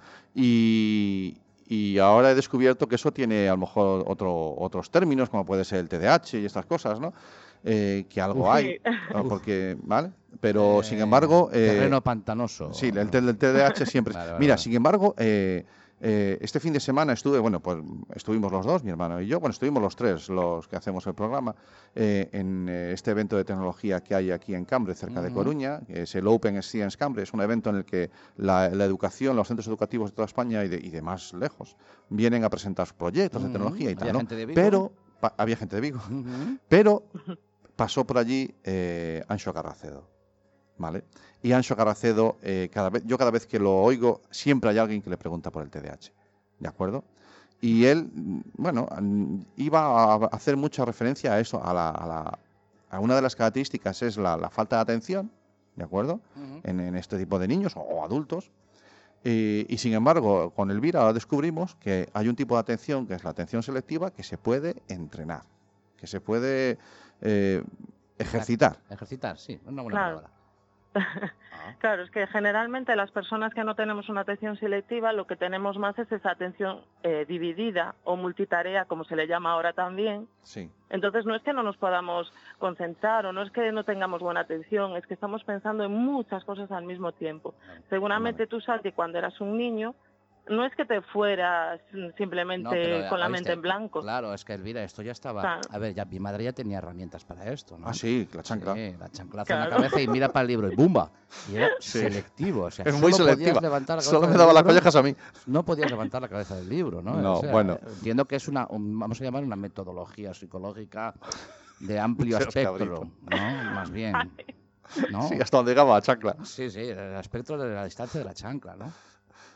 [SPEAKER 3] Y, y ahora he descubierto que eso tiene a lo mejor otro, otros términos, como puede ser el TDAH y estas cosas, ¿no? Eh, que algo
[SPEAKER 4] Uf.
[SPEAKER 3] hay. ¿no?
[SPEAKER 4] Uf.
[SPEAKER 3] Ah, Porque, ¿vale? Pero, sin
[SPEAKER 4] Eh,
[SPEAKER 3] embargo... eh,
[SPEAKER 4] terreno pantanoso.
[SPEAKER 3] Sí, el, T- el TDAH siempre. es-
[SPEAKER 4] Vale, vale,
[SPEAKER 3] Mira,
[SPEAKER 4] vale.
[SPEAKER 3] sin embargo, eh, eh, este fin de semana estuve, bueno, pues estuvimos los dos, mi hermano y yo, bueno, estuvimos los tres, los que hacemos el programa, eh, en eh, este evento de tecnología que hay aquí en Cambre, cerca de
[SPEAKER 4] Ujú.
[SPEAKER 3] Coruña, que es el Open Science Cambre, es un evento en el que la, la educación, los centros educativos de toda España y de, y de más lejos vienen a presentar sus proyectos de
[SPEAKER 4] Ujú.
[SPEAKER 3] tecnología y
[SPEAKER 4] Había
[SPEAKER 3] tal, ¿no?
[SPEAKER 4] gente de Vigo.
[SPEAKER 3] Pero pa- había gente de Vigo.
[SPEAKER 4] Ujú.
[SPEAKER 3] Pero pasó por allí eh, Ancho Carracedo. ¿Vale? Y Ancho Carracedo, eh, cada vez, yo cada vez que lo oigo, siempre hay alguien que le pregunta por el TDAH. ¿De acuerdo? Y él, mm, bueno, mm, iba a hacer mucha referencia a eso, a, la, a, la- a una de las características es la, la falta de atención, ¿de acuerdo?
[SPEAKER 4] Ujú.
[SPEAKER 3] en, en este tipo de niños o, o adultos. Eh, y sin embargo, con Elvira ahora descubrimos que hay un tipo de atención, que es la atención selectiva, que se puede entrenar, que se puede eh, ejercitar.
[SPEAKER 4] Ejercitar, sí, una buena
[SPEAKER 6] Claro.
[SPEAKER 4] palabra. Ah.
[SPEAKER 6] Claro, es que generalmente las personas que no tenemos una atención selectiva lo que tenemos más es esa atención eh, dividida o multitarea, como se le llama ahora también.
[SPEAKER 3] Sí.
[SPEAKER 6] Entonces no es que no nos podamos concentrar o no es que no tengamos buena atención, es que estamos pensando en muchas cosas al mismo tiempo. Seguramente tú, Santi, cuando eras un niño, no es que te fueras mm,
[SPEAKER 4] No,
[SPEAKER 6] simplemente
[SPEAKER 4] pero, eh,
[SPEAKER 6] con la
[SPEAKER 4] oíste,
[SPEAKER 6] mente en blanco.
[SPEAKER 4] Claro, es que Elvira, esto ya estaba.
[SPEAKER 6] Claro.
[SPEAKER 4] A ver, ya mi madre ya tenía herramientas para esto, ¿no?
[SPEAKER 3] Ah, sí, la chancla.
[SPEAKER 4] Sí, la chanclaza en la
[SPEAKER 6] Claro.
[SPEAKER 4] cabeza y mira para el libro y ¡bumba! Y era
[SPEAKER 3] Sí.
[SPEAKER 4] selectivo. O sea,
[SPEAKER 3] Es muy
[SPEAKER 4] solo podías
[SPEAKER 3] selectiva.
[SPEAKER 4] levantar la
[SPEAKER 3] Solo
[SPEAKER 4] cabeza
[SPEAKER 3] me
[SPEAKER 4] del
[SPEAKER 3] daba las
[SPEAKER 4] libro,
[SPEAKER 3] collejas a mí.
[SPEAKER 4] No podías levantar la cabeza del libro, ¿no?
[SPEAKER 3] No,
[SPEAKER 4] O sea,
[SPEAKER 3] bueno.
[SPEAKER 4] Entiendo que es una, un- vamos a llamar una metodología psicológica de amplio
[SPEAKER 3] Ser
[SPEAKER 4] espectro,
[SPEAKER 3] cabrito.
[SPEAKER 4] ¿no? Más bien. ¿no?
[SPEAKER 3] Sí, hasta donde llegaba la chancla.
[SPEAKER 4] Sí, sí, el espectro de la distancia de la chancla, ¿no?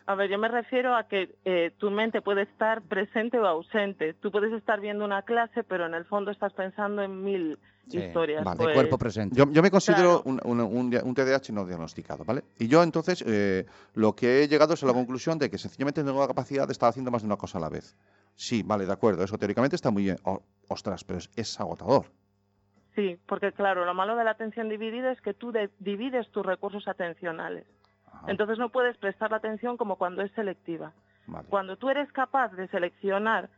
[SPEAKER 6] A ver, yo me refiero a que eh, tu mente puede estar presente o ausente. Tú puedes estar viendo una clase, pero en el fondo estás pensando en mil
[SPEAKER 4] Sí,
[SPEAKER 6] historias.
[SPEAKER 3] vale.
[SPEAKER 4] De
[SPEAKER 6] pues,
[SPEAKER 4] cuerpo presente.
[SPEAKER 3] Yo, yo me considero
[SPEAKER 6] Claro.
[SPEAKER 3] un, un- un dia- un TDAH no diagnosticado, ¿vale? Y yo entonces eh, lo que he llegado es a la conclusión de que sencillamente no tengo la capacidad de estar haciendo más de una cosa a la vez. Sí, vale, de acuerdo, eso teóricamente está muy bien. O- ostras, pero es, es agotador.
[SPEAKER 6] Sí, porque claro, lo malo de la atención dividida es que tú de- divides tus recursos atencionales.
[SPEAKER 4] Ah.
[SPEAKER 3] Ajá,
[SPEAKER 6] Entonces no puedes prestar la atención como cuando es selectiva.
[SPEAKER 3] vale.
[SPEAKER 6] Cuando tú eres capaz de seleccionar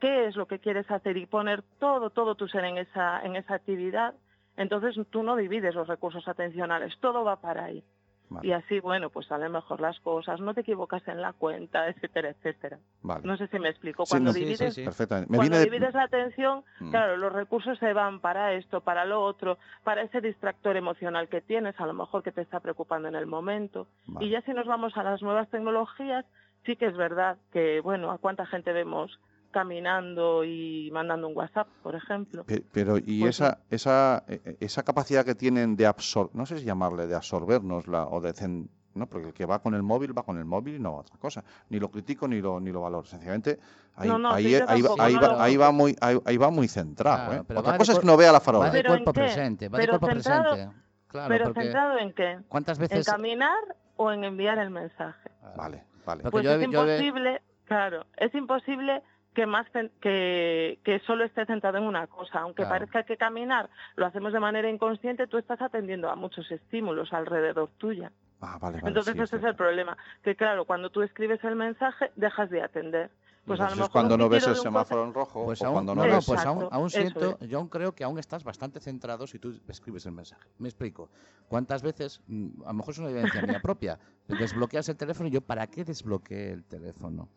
[SPEAKER 6] qué es lo que quieres hacer y poner todo, todo tu ser en esa, en esa actividad, entonces tú no divides los recursos atencionales, todo va para ahí.
[SPEAKER 3] Vale,
[SPEAKER 6] Y así, bueno, pues salen mejor las cosas, no te equivocas en la cuenta, etcétera, etcétera.
[SPEAKER 3] vale.
[SPEAKER 6] No sé si me explico.
[SPEAKER 3] Sí,
[SPEAKER 6] Cuando
[SPEAKER 3] no, sí,
[SPEAKER 6] divides,
[SPEAKER 4] sí.
[SPEAKER 3] Perfectamente. Me
[SPEAKER 6] Cuando
[SPEAKER 3] viene de-
[SPEAKER 6] divides la atención,
[SPEAKER 3] Mm.
[SPEAKER 6] claro, los recursos se van para esto, para lo otro, para ese distractor emocional que tienes, a lo mejor que te está preocupando en el momento.
[SPEAKER 3] Vale.
[SPEAKER 6] Y ya si nos vamos a las nuevas tecnologías, sí que es verdad que, bueno, a cuánta gente vemos caminando y mandando un WhatsApp, por ejemplo.
[SPEAKER 3] Pe- Pero, y
[SPEAKER 6] Pues
[SPEAKER 3] esa, esa, eh, eh, esa capacidad que tienen de absorber, no sé si llamarle de absorbernos la, o de cen- no, porque el que va con el móvil va con el móvil y no va a otra cosa. Ni lo critico ni lo ni lo valoro. Sencillamente, ahí,
[SPEAKER 6] No, no,
[SPEAKER 3] ahí,
[SPEAKER 6] sí, yo
[SPEAKER 3] ahí va-
[SPEAKER 6] tampoco,
[SPEAKER 3] ahí
[SPEAKER 6] no
[SPEAKER 3] va,
[SPEAKER 6] lo-
[SPEAKER 3] ahí va muy, ahí, ahí va muy centrado.
[SPEAKER 4] Claro,
[SPEAKER 3] ¿eh?
[SPEAKER 4] pero
[SPEAKER 3] Otra
[SPEAKER 4] va
[SPEAKER 3] cosa
[SPEAKER 4] de
[SPEAKER 3] es que
[SPEAKER 4] cor-
[SPEAKER 3] no vea la
[SPEAKER 4] Va
[SPEAKER 3] farola.
[SPEAKER 4] de
[SPEAKER 6] Pero
[SPEAKER 4] cuerpo
[SPEAKER 6] ¿en qué?
[SPEAKER 4] presente, va de
[SPEAKER 6] Pero
[SPEAKER 4] cuerpo
[SPEAKER 6] centrado-
[SPEAKER 4] presente. Claro,
[SPEAKER 6] Pero
[SPEAKER 4] porque
[SPEAKER 6] centrado en qué?
[SPEAKER 4] ¿cuántas
[SPEAKER 6] ¿En
[SPEAKER 4] veces...? Ah,
[SPEAKER 6] caminar o en enviar el mensaje?
[SPEAKER 3] Vale, vale.
[SPEAKER 4] Porque
[SPEAKER 6] Pues
[SPEAKER 4] yo
[SPEAKER 6] es
[SPEAKER 4] he- yo he-
[SPEAKER 6] imposible, claro, es imposible que más cen- que, que solo esté centrado en una cosa. Aunque
[SPEAKER 4] Claro.
[SPEAKER 6] parezca que caminar lo hacemos de manera inconsciente, tú estás atendiendo a muchos estímulos alrededor tuya.
[SPEAKER 3] Ah, vale, vale,
[SPEAKER 6] Entonces
[SPEAKER 3] sí,
[SPEAKER 6] ese es
[SPEAKER 3] cierto.
[SPEAKER 6] el problema. Que claro, cuando tú escribes el mensaje, dejas de atender. Pues a
[SPEAKER 3] Entonces
[SPEAKER 6] lo
[SPEAKER 3] es
[SPEAKER 6] mejor
[SPEAKER 3] cuando
[SPEAKER 6] un
[SPEAKER 3] no ves
[SPEAKER 6] tiro
[SPEAKER 3] el
[SPEAKER 6] de un
[SPEAKER 3] semáforo en rojo
[SPEAKER 4] Pues
[SPEAKER 3] o
[SPEAKER 4] aún,
[SPEAKER 3] cuando no,
[SPEAKER 4] no, no,
[SPEAKER 3] ves
[SPEAKER 4] pues
[SPEAKER 6] Exacto,
[SPEAKER 4] aún, aún
[SPEAKER 6] eso
[SPEAKER 4] siento, yo aún creo que aún estás bastante centrado si tú escribes el mensaje. Me explico. ¿Cuántas veces, mm, a lo mejor es una evidencia mía propia, desbloqueas el teléfono y yo, ¿para qué desbloqueé el teléfoco?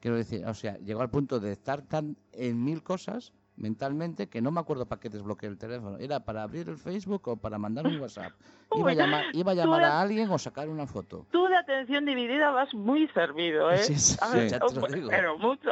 [SPEAKER 4] Quiero decir, o sea, llegó al punto de estar tan en mil cosas mentalmente que no me acuerdo para qué desbloqueé el teléfono. ¿Era para abrir el Facebook o para mandar un WhatsApp? Iba a
[SPEAKER 6] Uy,
[SPEAKER 4] llamar, iba a,
[SPEAKER 6] tú
[SPEAKER 4] llamar
[SPEAKER 6] eres-
[SPEAKER 4] a alguien o sacar una foto.
[SPEAKER 6] Tú de atención dividida vas muy servido, ¿eh?
[SPEAKER 4] Sí, sí,
[SPEAKER 6] A ver,
[SPEAKER 3] sí,
[SPEAKER 4] ya te lo
[SPEAKER 6] pues,
[SPEAKER 4] digo.
[SPEAKER 6] Pero mucho.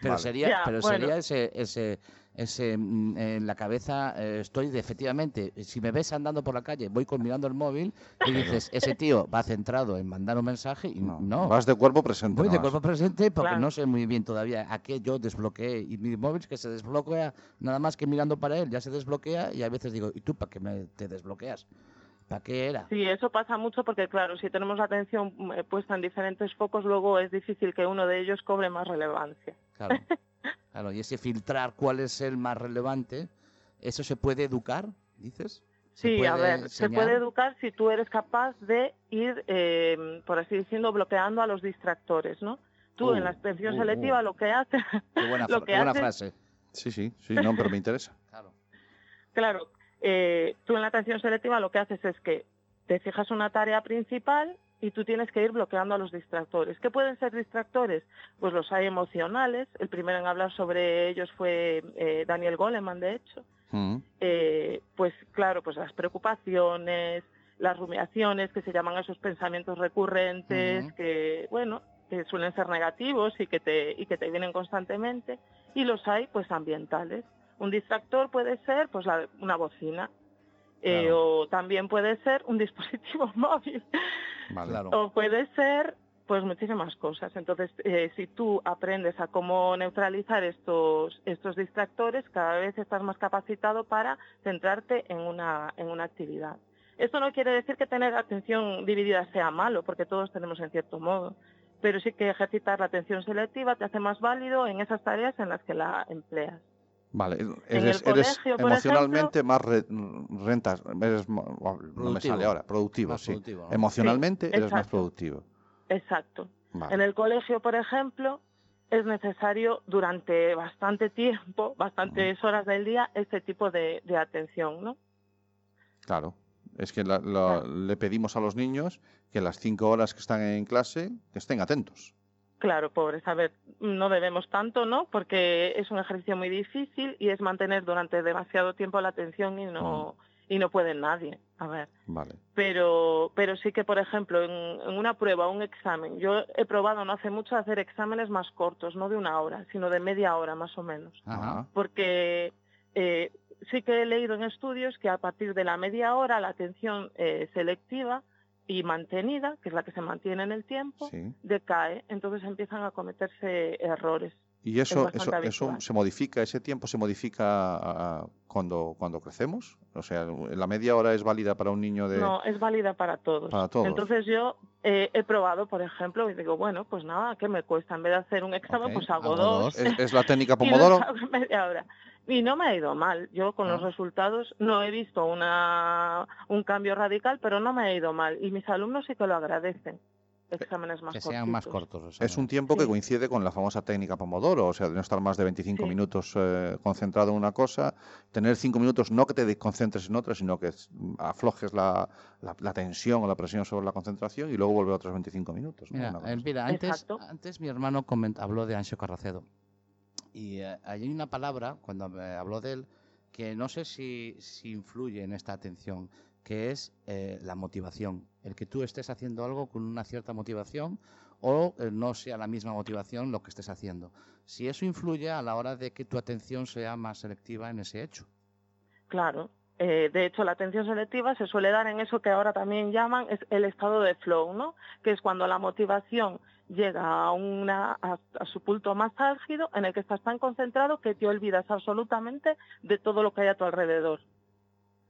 [SPEAKER 4] Pero
[SPEAKER 3] Vale.
[SPEAKER 4] sería,
[SPEAKER 6] Ya,
[SPEAKER 4] pero
[SPEAKER 6] bueno.
[SPEAKER 4] sería ese, ese, ese mm, en la cabeza eh, estoy de, efectivamente, si me ves andando por la calle, voy con mirando el móvil y dices, ese tío va centrado en mandar un mensaje y no.
[SPEAKER 3] No, vas de cuerpo presente.
[SPEAKER 4] Voy de
[SPEAKER 3] nomás.
[SPEAKER 4] cuerpo presente porque
[SPEAKER 6] Claro.
[SPEAKER 4] no sé muy bien todavía a qué yo desbloqueé. Y mi móvil es que se desbloquea nada más que mirando para él, ya se desbloquea y a veces digo, ¿y tú para qué me, te desbloqueas? ¿Para qué era?
[SPEAKER 6] Sí, eso pasa mucho porque, claro, si tenemos la atención eh, puesta en diferentes focos, luego es difícil que uno de ellos cobre más relevancia.
[SPEAKER 4] Claro. claro. Y ese filtrar cuál es el más relevante, ¿eso se puede educar, dices? Se
[SPEAKER 6] Sí, a
[SPEAKER 4] puede
[SPEAKER 6] ver, se
[SPEAKER 4] enseñar.
[SPEAKER 6] puede educar si tú eres capaz de ir, eh, por así diciendo, bloqueando a los distractores, ¿no? Tú
[SPEAKER 4] Uh,
[SPEAKER 6] en la extensión
[SPEAKER 4] uh, uh.
[SPEAKER 6] selectiva lo que haces,
[SPEAKER 4] Qué buena,
[SPEAKER 6] lo
[SPEAKER 4] fra-
[SPEAKER 6] que
[SPEAKER 4] qué buena
[SPEAKER 6] hace-
[SPEAKER 4] frase.
[SPEAKER 3] Sí, sí, sí, no, pero me interesa.
[SPEAKER 4] Claro.
[SPEAKER 6] Claro, eh, tú en la atención selectiva lo que haces es que te fijas una tarea principal y tú tienes que ir bloqueando a los distractores. ¿Qué pueden ser distractores? Pues los hay emocionales. El primero en hablar sobre ellos fue eh, Daniel Goleman, de hecho.
[SPEAKER 3] Mm.
[SPEAKER 6] Eh, pues claro, pues las preocupaciones, las rumiaciones, que se llaman esos pensamientos recurrentes,
[SPEAKER 4] Ujú.
[SPEAKER 6] que bueno, que suelen ser negativos y que te y que te vienen constantemente. Y los hay, pues ambientales. Un distractor puede ser, pues la- una bocina. Eh, o también puede ser un dispositivo móvil.
[SPEAKER 3] Vale.
[SPEAKER 4] Claro.
[SPEAKER 6] O puede ser, pues muchísimas cosas. Entonces, eh, si tú aprendes a cómo neutralizar estos, estos distractores, cada vez estás más capacitado para centrarte en una, en una actividad. Esto no quiere decir que tener atención dividida sea malo, porque todos tenemos en cierto modo, pero sí que ejercitar la atención selectiva te hace más válido en esas tareas en las que la empleas.
[SPEAKER 3] Vale,
[SPEAKER 6] el
[SPEAKER 3] eres, eres
[SPEAKER 6] colegio, por
[SPEAKER 3] emocionalmente más re- rentas, eres, mo- oh, no me
[SPEAKER 4] Productivo.
[SPEAKER 3] sale ahora, productivo,
[SPEAKER 4] Más
[SPEAKER 3] sí.
[SPEAKER 4] productivo, ¿no?
[SPEAKER 3] Emocionalmente
[SPEAKER 6] Sí,
[SPEAKER 3] eres más
[SPEAKER 6] exacto.
[SPEAKER 3] productivo.
[SPEAKER 6] Exacto.
[SPEAKER 3] Vale.
[SPEAKER 6] En el colegio, por ejemplo, es necesario durante bastante tiempo, bastantes horas del día, este tipo de, de atención, ¿no?
[SPEAKER 3] Claro. Es que la- la-
[SPEAKER 6] Claro.
[SPEAKER 3] le pedimos a los niños que las cinco horas que están en clase que estén atentos.
[SPEAKER 6] Claro, pobres, a ver, no debemos tanto, ¿no? Porque es un ejercicio muy difícil y es mantener durante demasiado tiempo la atención y no, y no puede nadie. A ver.
[SPEAKER 3] Vale.
[SPEAKER 6] pero, pero sí que, por ejemplo, en, en una prueba, un examen, yo he probado no hace mucho hacer exámenes más cortos, no de una hora, sino de media hora más o menos,
[SPEAKER 4] Ajá.
[SPEAKER 6] porque eh, sí que he leído en estudios que a partir de la media hora la atención eh, selectiva y mantenida, que es la que se mantiene en el tiempo,
[SPEAKER 3] Sí.
[SPEAKER 6] decae, entonces empiezan a cometerse errores.
[SPEAKER 3] ¿Y eso,
[SPEAKER 6] bastante
[SPEAKER 3] eso, eso
[SPEAKER 6] habitual.
[SPEAKER 3] se modifica, ese tiempo se modifica ah, cuando, cuando crecemos? O sea, la media hora es válida para un niño de...
[SPEAKER 6] No, es válida para todos.
[SPEAKER 3] Para todos.
[SPEAKER 6] Entonces yo eh, he probado, por ejemplo, y digo, bueno, pues nada, ¿qué me cuesta? En vez de hacer un examen,
[SPEAKER 4] Ok,
[SPEAKER 6] pues hago
[SPEAKER 4] hago
[SPEAKER 6] dos.
[SPEAKER 4] dos.
[SPEAKER 3] Es, es la técnica
[SPEAKER 6] Y los
[SPEAKER 3] Pomodoro?
[SPEAKER 6] hago en media hora. Y no me ha ido mal. Yo con los
[SPEAKER 4] Ah.
[SPEAKER 6] resultados no he visto una, un cambio radical, pero no me ha ido mal. Y mis alumnos sí que lo agradecen. Exámenes más
[SPEAKER 4] Que
[SPEAKER 6] cortos.
[SPEAKER 4] sean más cortos. los
[SPEAKER 3] Es un
[SPEAKER 4] exámenes.
[SPEAKER 3] tiempo que
[SPEAKER 6] Sí.
[SPEAKER 3] coincide con la famosa técnica Pomodoro, o sea, de no estar más de 25
[SPEAKER 6] Sí.
[SPEAKER 3] minutos eh, concentrado en una cosa, tener 5 minutos no que te desconcentres en otra, sino que es- aflojes la, la- la tensión o la presión sobre la concentración y luego volver a otros 25 minutos. ¿no?
[SPEAKER 4] Mira,
[SPEAKER 3] Una cosa
[SPEAKER 4] eh,
[SPEAKER 3] así.
[SPEAKER 4] mira, antes,
[SPEAKER 6] Exacto.
[SPEAKER 4] antes mi hermano coment- habló de Ancho Carracedo. Y eh, hay una palabra, cuando me habló de él, que no sé si, si influye en esta atención, que es eh, la motivación. El que tú estés haciendo algo con una cierta motivación o eh, no sea la misma motivación lo que estés haciendo. Si eso influye a la hora de que tu atención sea más selectiva en ese hecho.
[SPEAKER 6] Claro. Eh, de hecho, la atención selectiva se suele dar en eso que ahora también llaman es el estado de flow, ¿no? Que es cuando la motivación llega a, una, a, a su punto más álgido, en el que estás tan concentrado que te olvidas absolutamente de todo lo que hay a tu alrededor.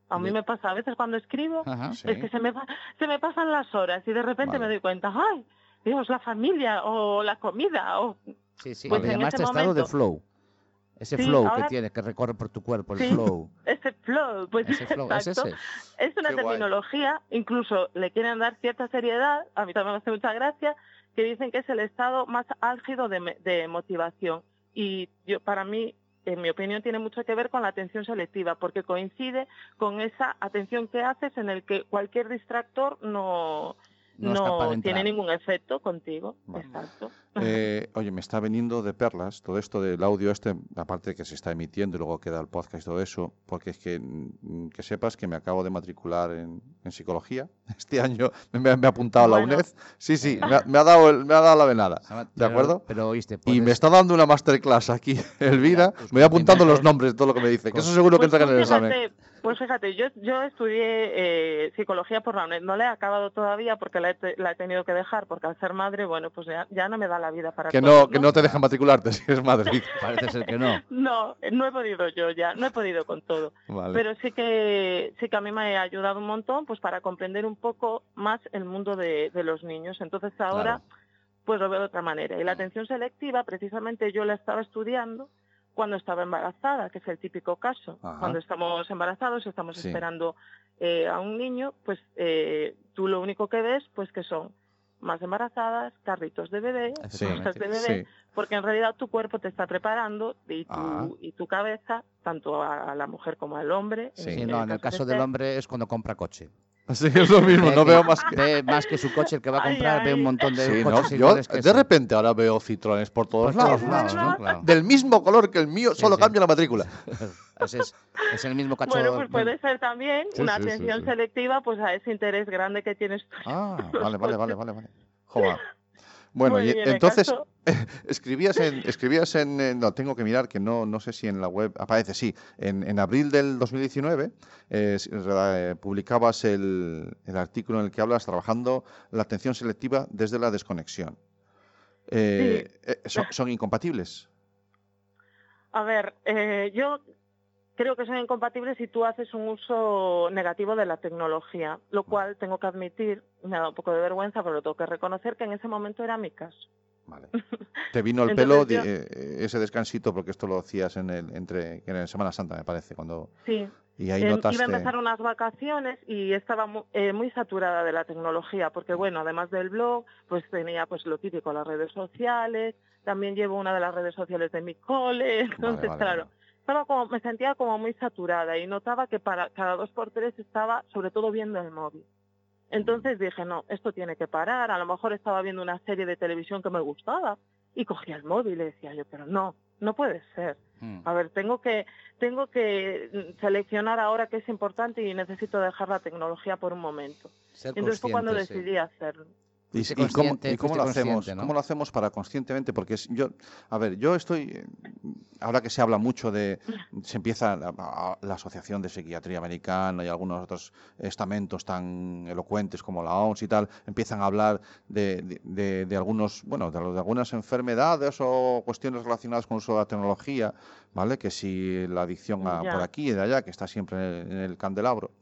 [SPEAKER 6] A mí
[SPEAKER 4] Bien.
[SPEAKER 6] me pasa a veces cuando escribo,
[SPEAKER 4] Ajá.
[SPEAKER 3] Sí.
[SPEAKER 6] es que se me, va- se me pasan las horas y de repente
[SPEAKER 3] Vale.
[SPEAKER 6] me doy cuenta, ¡ay! Dios, la familia o la comida o
[SPEAKER 4] Sí, sí.
[SPEAKER 6] Pues
[SPEAKER 4] le
[SPEAKER 6] en
[SPEAKER 4] llamaste
[SPEAKER 6] ese
[SPEAKER 4] estado de
[SPEAKER 6] momento-
[SPEAKER 4] flow. Ese
[SPEAKER 6] Sí,
[SPEAKER 4] flow que
[SPEAKER 6] ahora-
[SPEAKER 4] tiene, que recorre por tu cuerpo, el
[SPEAKER 6] Sí.
[SPEAKER 4] flow.
[SPEAKER 6] ese flow. Pues
[SPEAKER 4] Ese flow, es
[SPEAKER 6] exacto.
[SPEAKER 4] ese.
[SPEAKER 6] Es una
[SPEAKER 3] Qué guay.
[SPEAKER 6] terminología, incluso le quieren dar cierta seriedad, a mí también me hace mucha gracia, que dicen que es el estado más álgido de, me- de motivación. Y yo, para mí, en mi opinión, tiene mucho que ver con la atención selectiva, porque coincide con esa atención que haces en el que cualquier distractor no,
[SPEAKER 4] No es
[SPEAKER 6] no
[SPEAKER 4] capaz de
[SPEAKER 6] tiene
[SPEAKER 4] entrar.
[SPEAKER 6] ningún efecto contigo.
[SPEAKER 3] Vale.
[SPEAKER 6] Exacto.
[SPEAKER 3] Eh, oye, me está veniendo de perlas todo esto del audio este, aparte de que se está emitiendo y luego queda el podcast y todo eso, porque es que mm, que sepas que me acabo de matricular en, en psicología. Este año me, me ha apuntado a la
[SPEAKER 6] Bueno.
[SPEAKER 3] UNED. Sí, sí, me ha, me ha dado, el- me ha dado la venada.
[SPEAKER 4] Se llama-
[SPEAKER 3] ¿De acuerdo?
[SPEAKER 4] Pero oíste,
[SPEAKER 3] Y
[SPEAKER 6] Pues
[SPEAKER 4] puedes-
[SPEAKER 3] me está dando una masterclass aquí, Elvira.
[SPEAKER 4] tus
[SPEAKER 3] Me voy apuntando los
[SPEAKER 4] conocimientos.
[SPEAKER 3] nombres de todo lo que me dice, que eso seguro que
[SPEAKER 6] Pues
[SPEAKER 3] entra en
[SPEAKER 6] tú
[SPEAKER 3] el examen.
[SPEAKER 6] fíjate, pues fíjate, yo, yo estudié eh, psicología por la UNED. No la he acabado todavía porque la he, te- la he tenido que dejar, porque al ser madre, bueno, pues ya, ya no me da la vida para
[SPEAKER 3] Que
[SPEAKER 6] todo,
[SPEAKER 3] no, que no te dejan matricularte si eres madre.
[SPEAKER 4] Parece ser que no.
[SPEAKER 6] No, no he podido yo ya, no he podido con todo.
[SPEAKER 3] Vale.
[SPEAKER 6] Pero sí que sí que a mí me ha ayudado un montón pues para comprender un poco más el mundo de, de los niños. Entonces ahora
[SPEAKER 4] Claro.
[SPEAKER 6] pues lo veo de otra manera. Y la atención selectiva, precisamente yo la estaba estudiando cuando estaba embarazada, que es el típico caso.
[SPEAKER 3] Ajá.
[SPEAKER 6] Cuando estamos embarazados, estamos
[SPEAKER 3] Sí.
[SPEAKER 6] esperando eh, a un niño, pues eh, tú lo único que ves, pues que son más embarazadas, carritos de bebé,
[SPEAKER 3] Sí.
[SPEAKER 6] cosas de
[SPEAKER 4] Efectivamente.
[SPEAKER 6] bebé,
[SPEAKER 3] Sí.
[SPEAKER 6] porque en realidad tu cuerpo te está preparando y tu,
[SPEAKER 3] Ah.
[SPEAKER 6] y tu cabeza, tanto a, a la mujer como al hombre.
[SPEAKER 3] Sí.
[SPEAKER 4] Sí, no, en el caso
[SPEAKER 6] de
[SPEAKER 4] del
[SPEAKER 6] ser,
[SPEAKER 4] hombre es cuando compra coche.
[SPEAKER 3] Sí, es lo mismo,
[SPEAKER 4] Ve
[SPEAKER 3] no
[SPEAKER 4] que-
[SPEAKER 3] veo más que...
[SPEAKER 4] Ve más que su coche el que va a
[SPEAKER 6] Ay,
[SPEAKER 4] comprar, ve
[SPEAKER 6] ay.
[SPEAKER 4] un montón de
[SPEAKER 3] Sí,
[SPEAKER 4] coches
[SPEAKER 3] ¿no? Yo
[SPEAKER 4] iguales que
[SPEAKER 3] de
[SPEAKER 4] ese.
[SPEAKER 3] repente pues, ahora veo citrones por todos
[SPEAKER 4] Por
[SPEAKER 3] lados,
[SPEAKER 4] todos lados, ¿no? Claro.
[SPEAKER 3] del mismo color que el mío,
[SPEAKER 4] Sí,
[SPEAKER 3] solo
[SPEAKER 4] sí.
[SPEAKER 3] cambia la matrícula.
[SPEAKER 4] Ese Pues es, es el mismo cacho.
[SPEAKER 6] Bueno, pues puede ser también
[SPEAKER 3] Sí,
[SPEAKER 6] una
[SPEAKER 3] sí, sí,
[SPEAKER 6] atención
[SPEAKER 3] sí.
[SPEAKER 6] selectiva pues a ese interés grande que tienes tú.
[SPEAKER 3] Ah, vale, vale, vale, vale, vale. Joa. Bueno,
[SPEAKER 6] Muy
[SPEAKER 3] y
[SPEAKER 6] bien, el
[SPEAKER 3] entonces
[SPEAKER 6] caso-
[SPEAKER 3] escribías en, escribías en, eh, no, tengo que mirar que no, no sé si en la web aparece, sí, en, en abril del 2019 eh, s- eh, publicabas el, el artículo en el que hablas trabajando la atención selectiva desde la desconexión. Eh, eh, son, son incompatibles.
[SPEAKER 6] A ver, eh, yo creo que son incompatibles si tú haces un uso negativo de la tecnología,
[SPEAKER 3] Ah.
[SPEAKER 6] lo cual tengo que admitir, me ha dado un poco de vergüenza, pero lo tengo que reconocer que en ese momento era mi caso.
[SPEAKER 3] Vale. Te vino el pelo
[SPEAKER 6] Entonces
[SPEAKER 3] di-
[SPEAKER 6] yo-
[SPEAKER 3] eh, eh, ese descansito porque esto lo hacías en el entre en el Semana Santa me parece cuando
[SPEAKER 6] Sí,
[SPEAKER 3] y ahí
[SPEAKER 6] Eh,
[SPEAKER 3] notaste
[SPEAKER 6] Iba a empezar unas vacaciones y estaba mu- eh, muy saturada de la tecnología, porque bueno, además del blog, pues tenía pues lo típico, las redes sociales, también llevo una de las redes sociales de mi cole, entonces
[SPEAKER 3] vale,
[SPEAKER 6] claro,
[SPEAKER 3] vale.
[SPEAKER 6] estaba como, me sentía como muy saturada y notaba que para cada dos por tres estaba sobre todo viendo el móvil. Entonces
[SPEAKER 3] Mm.
[SPEAKER 6] dije, no, esto tiene que parar, a lo mejor estaba viendo una serie de televisión que me gustaba y cogía el móvil y decía yo, pero no, no puede ser.
[SPEAKER 4] Mm.
[SPEAKER 6] A ver, tengo que, tengo que mm, seleccionar ahora qué es importante y necesito dejar la tecnología por un momento.
[SPEAKER 4] Ser
[SPEAKER 6] Entonces fue cuando
[SPEAKER 4] consciente, sí.
[SPEAKER 6] decidí hacerlo.
[SPEAKER 3] ¿Y,
[SPEAKER 4] Fuiste
[SPEAKER 3] y cómo,
[SPEAKER 4] consciente,
[SPEAKER 3] y cómo
[SPEAKER 4] fuiste
[SPEAKER 3] lo hacemos?
[SPEAKER 4] consciente, ¿no?
[SPEAKER 3] ¿Cómo lo hacemos para conscientemente? Porque es- yo, a ver, yo estoy, eh, ahora que se habla mucho de, se empieza la, a- la Asociación de Psiquiatría Americana y algunos otros estamentos tan elocuentes como la OMS y tal, empiezan a hablar de, de- de- de algunos, bueno, de, lo- de algunas enfermedades o cuestiones relacionadas con el uso de la tecnología, ¿vale? Que si la adicción a-
[SPEAKER 6] Ya.
[SPEAKER 3] por aquí y de allá, que está siempre en el, en el candelabro.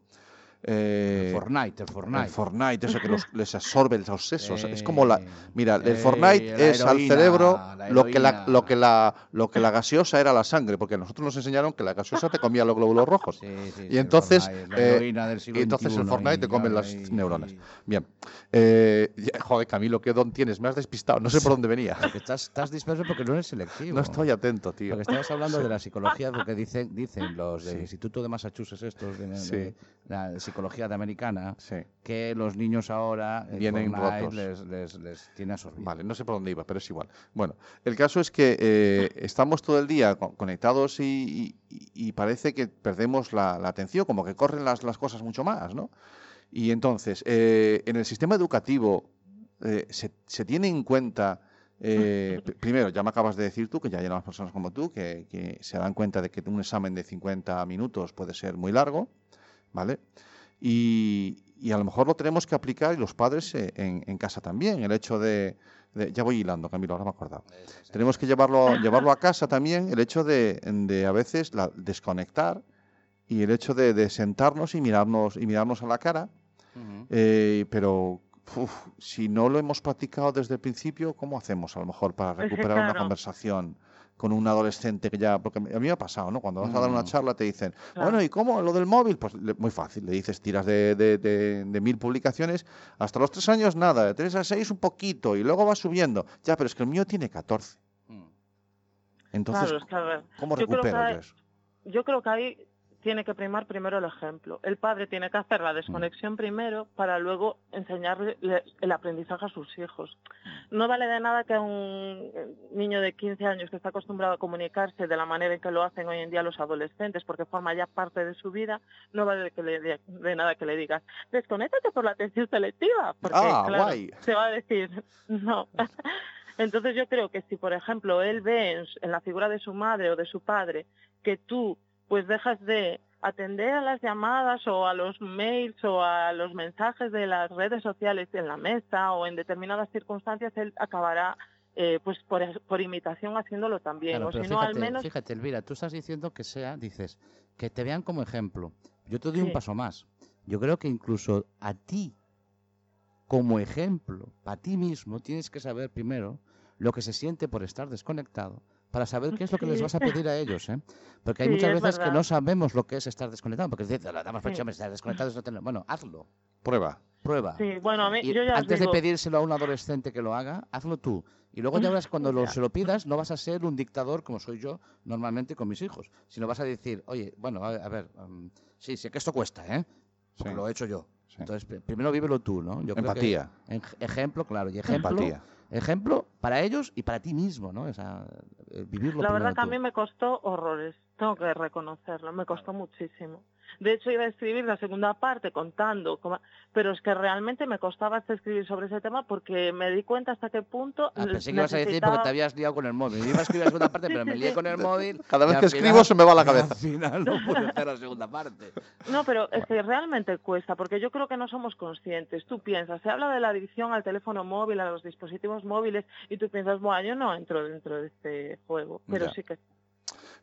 [SPEAKER 3] Eh,
[SPEAKER 4] El Fortnite, el Fortnite.
[SPEAKER 3] el Fortnite, eso que los- les absorbe los sesos. Es como la.
[SPEAKER 4] Eh,
[SPEAKER 3] Mira, el
[SPEAKER 4] eh,
[SPEAKER 3] Fortnite
[SPEAKER 4] la
[SPEAKER 3] es al
[SPEAKER 4] heroína,
[SPEAKER 3] cerebro
[SPEAKER 4] la
[SPEAKER 3] lo que la,
[SPEAKER 4] heroína.
[SPEAKER 3] lo, que la, lo que la gaseosa era la sangre, porque a nosotros nos enseñaron que la gaseosa te comía los glóbulos rojos.
[SPEAKER 4] Sí, sí,
[SPEAKER 3] Y
[SPEAKER 4] sí, el
[SPEAKER 3] entonces,
[SPEAKER 4] Fortnite, la
[SPEAKER 3] eh,
[SPEAKER 4] heroína del siglo
[SPEAKER 3] y entonces el
[SPEAKER 4] XXI,
[SPEAKER 3] Fortnite
[SPEAKER 4] y
[SPEAKER 3] te comen
[SPEAKER 4] ya,
[SPEAKER 3] las
[SPEAKER 4] y-
[SPEAKER 3] neuronas.
[SPEAKER 4] y-
[SPEAKER 3] Bien. Eh, ya- joder, Camilo, qué don tienes, me has despistado, no sé por dónde venía.
[SPEAKER 4] Porque estás, estás disperso porque no eres selectivo.
[SPEAKER 3] No estoy atento, tío.
[SPEAKER 4] Porque estabas hablando de la psicología, porque dicen, dicen los del
[SPEAKER 3] Sí.
[SPEAKER 4] Instituto de Massachusetts, estos de, de-
[SPEAKER 3] Sí.
[SPEAKER 4] la psicología de americana,
[SPEAKER 3] Sí,
[SPEAKER 4] que los niños ahora el
[SPEAKER 3] Vienen
[SPEAKER 4] Fortnite
[SPEAKER 3] rotos.
[SPEAKER 4] Les, les, les tiene absorbido.
[SPEAKER 3] vale, no sé por dónde iba, pero es igual. Bueno, el caso es que eh, estamos todo el día co- conectados y, y- y parece que perdemos la, la atención, como que corren las, las cosas mucho más, ¿no? Y entonces, eh, en el sistema educativo eh, se, se tiene en cuenta, eh, pr- primero, ya me acabas de decir tú que ya hay unas personas como tú que, que se dan cuenta de que un examen de 50 minutos puede ser muy largo, ¿vale? Y, y a lo mejor lo tenemos que aplicar y los padres eh, en, en casa también, el hecho de, de- Ya voy hilando, Camilo, ahora me he acordado. Tenemos que llevarlo, llevarlo a casa también, el hecho de, de a veces la- desconectar y el hecho de, de sentarnos y mirarnos, y mirarnos a la cara
[SPEAKER 4] Ujú.
[SPEAKER 3] eh, pero uf, si no lo hemos practicado desde el principio, ¿cómo hacemos a lo mejor para
[SPEAKER 6] Pues sí,
[SPEAKER 3] recuperar una
[SPEAKER 6] claro.
[SPEAKER 3] conversación con un adolescente que ya... Porque a mí me ha pasado, ¿no? Cuando vas a dar una
[SPEAKER 4] Mm.
[SPEAKER 3] charla te dicen,
[SPEAKER 6] Claro.
[SPEAKER 3] bueno, ¿y cómo? ¿Lo del móvil? Pues le- muy fácil, le dices tiras de, de- de- de mil publicaciones, hasta los tres años nada, de tres a seis un poquito, y luego va subiendo. Ya, pero es que el mío tiene 14.
[SPEAKER 4] Mm.
[SPEAKER 3] Entonces,
[SPEAKER 6] Claro, claro.
[SPEAKER 3] ¿cómo
[SPEAKER 6] Yo creo
[SPEAKER 3] recupero
[SPEAKER 6] que-
[SPEAKER 3] yo eso?
[SPEAKER 6] Yo creo que ahí tiene que primar primero el ejemplo. El padre tiene que hacer la
[SPEAKER 3] Mm.
[SPEAKER 6] desconexión primero para luego enseñarle le- el aprendizaje a sus hijos.
[SPEAKER 3] Mm.
[SPEAKER 6] No vale de nada que a un eh, niño de 15 años que está acostumbrado a comunicarse de la manera en que lo hacen hoy en día los adolescentes, porque forma ya parte de su vida, no vale que le de, de nada que le digas, desconéctate por la atención selectiva, porque
[SPEAKER 3] Ah,
[SPEAKER 6] claro,
[SPEAKER 3] guay.
[SPEAKER 6] se va a decir, no. Entonces yo creo que si, por ejemplo, él ve en s- en la figura de su madre o de su padre que tú pues dejas de atender a las llamadas o a los mails o a los mensajes de las redes sociales en la mesa o en determinadas circunstancias, él acabará eh, pues por, por imitación haciéndolo también.
[SPEAKER 4] Claro,
[SPEAKER 6] o
[SPEAKER 4] pero
[SPEAKER 6] si no, al
[SPEAKER 4] fíjate,
[SPEAKER 6] menos...
[SPEAKER 4] fíjate, Elvira, tú estás diciendo que sea, dices, que te vean como ejemplo. Yo te doy un
[SPEAKER 6] Sí.
[SPEAKER 4] paso más. Yo creo que incluso a ti, como ejemplo, para ti mismo, tienes que saber primero lo que se siente por estar desconectado para saber qué es lo que les
[SPEAKER 6] Sí.
[SPEAKER 4] vas a pedir a ellos. ¿eh? Porque hay
[SPEAKER 6] Sí,
[SPEAKER 4] muchas
[SPEAKER 6] es
[SPEAKER 4] veces que
[SPEAKER 6] verdad.
[SPEAKER 4] no sabemos lo que es estar desconectado. Porque dices, la damos
[SPEAKER 6] Sí.
[SPEAKER 4] hombre, estar desconectados no tenemos. Bueno, hazlo,
[SPEAKER 3] Prueba.
[SPEAKER 4] prueba.
[SPEAKER 6] Sí, bueno, a mí,
[SPEAKER 4] Y
[SPEAKER 6] Eh, yo ya os
[SPEAKER 4] antes
[SPEAKER 6] digo, Mm,
[SPEAKER 4] de pedírselo a un adolescente que lo haga, hazlo tú. Y luego ya verás cuando lo, se lo pidas, no vas a ser un dictador como soy yo normalmente con mis hijos, sino vas a decir, oye, bueno, a ver, a ver, mm, sí, sé que esto cuesta, ¿eh? Porque
[SPEAKER 3] Sí.
[SPEAKER 4] lo he hecho yo.
[SPEAKER 3] Sí.
[SPEAKER 4] Entonces, pr- primero vívelo tú, ¿no? Yo creo que-
[SPEAKER 3] Empatía.
[SPEAKER 4] ej- ejemplo, claro, y ejemplo,
[SPEAKER 3] Empatía.
[SPEAKER 4] ejemplo para ellos y para ti mismo, ¿no? O sea, eh, vivirlo
[SPEAKER 6] la
[SPEAKER 4] primero
[SPEAKER 6] verdad que a
[SPEAKER 4] tú.
[SPEAKER 6] mí me costó horrores, tengo que reconocerlo, me costó muchísimo. De hecho, iba a escribir la segunda parte contando, cómo- pero es que realmente me costaba hasta escribir sobre ese tema porque me di cuenta hasta qué punto...
[SPEAKER 4] Ah, pensé que ibas a decir porque te habías liado con el móvil. Yo iba a escribir la segunda parte,
[SPEAKER 6] Sí,
[SPEAKER 4] pero me
[SPEAKER 6] sí,
[SPEAKER 4] lié
[SPEAKER 6] sí.
[SPEAKER 4] con el móvil.
[SPEAKER 3] Cada
[SPEAKER 4] y
[SPEAKER 3] vez
[SPEAKER 4] al
[SPEAKER 3] que escribo
[SPEAKER 4] final-
[SPEAKER 3] se me va la
[SPEAKER 4] y
[SPEAKER 3] cabeza.
[SPEAKER 4] Al final no pude hacer la segunda parte.
[SPEAKER 6] No, pero es que realmente cuesta, porque yo creo que no somos conscientes. Tú piensas, se habla de la adicción al teléfono móvil, a los dispositivos móviles, y tú piensas, bueno, yo no entro dentro de este juego, pero
[SPEAKER 3] Ya.
[SPEAKER 6] sí que...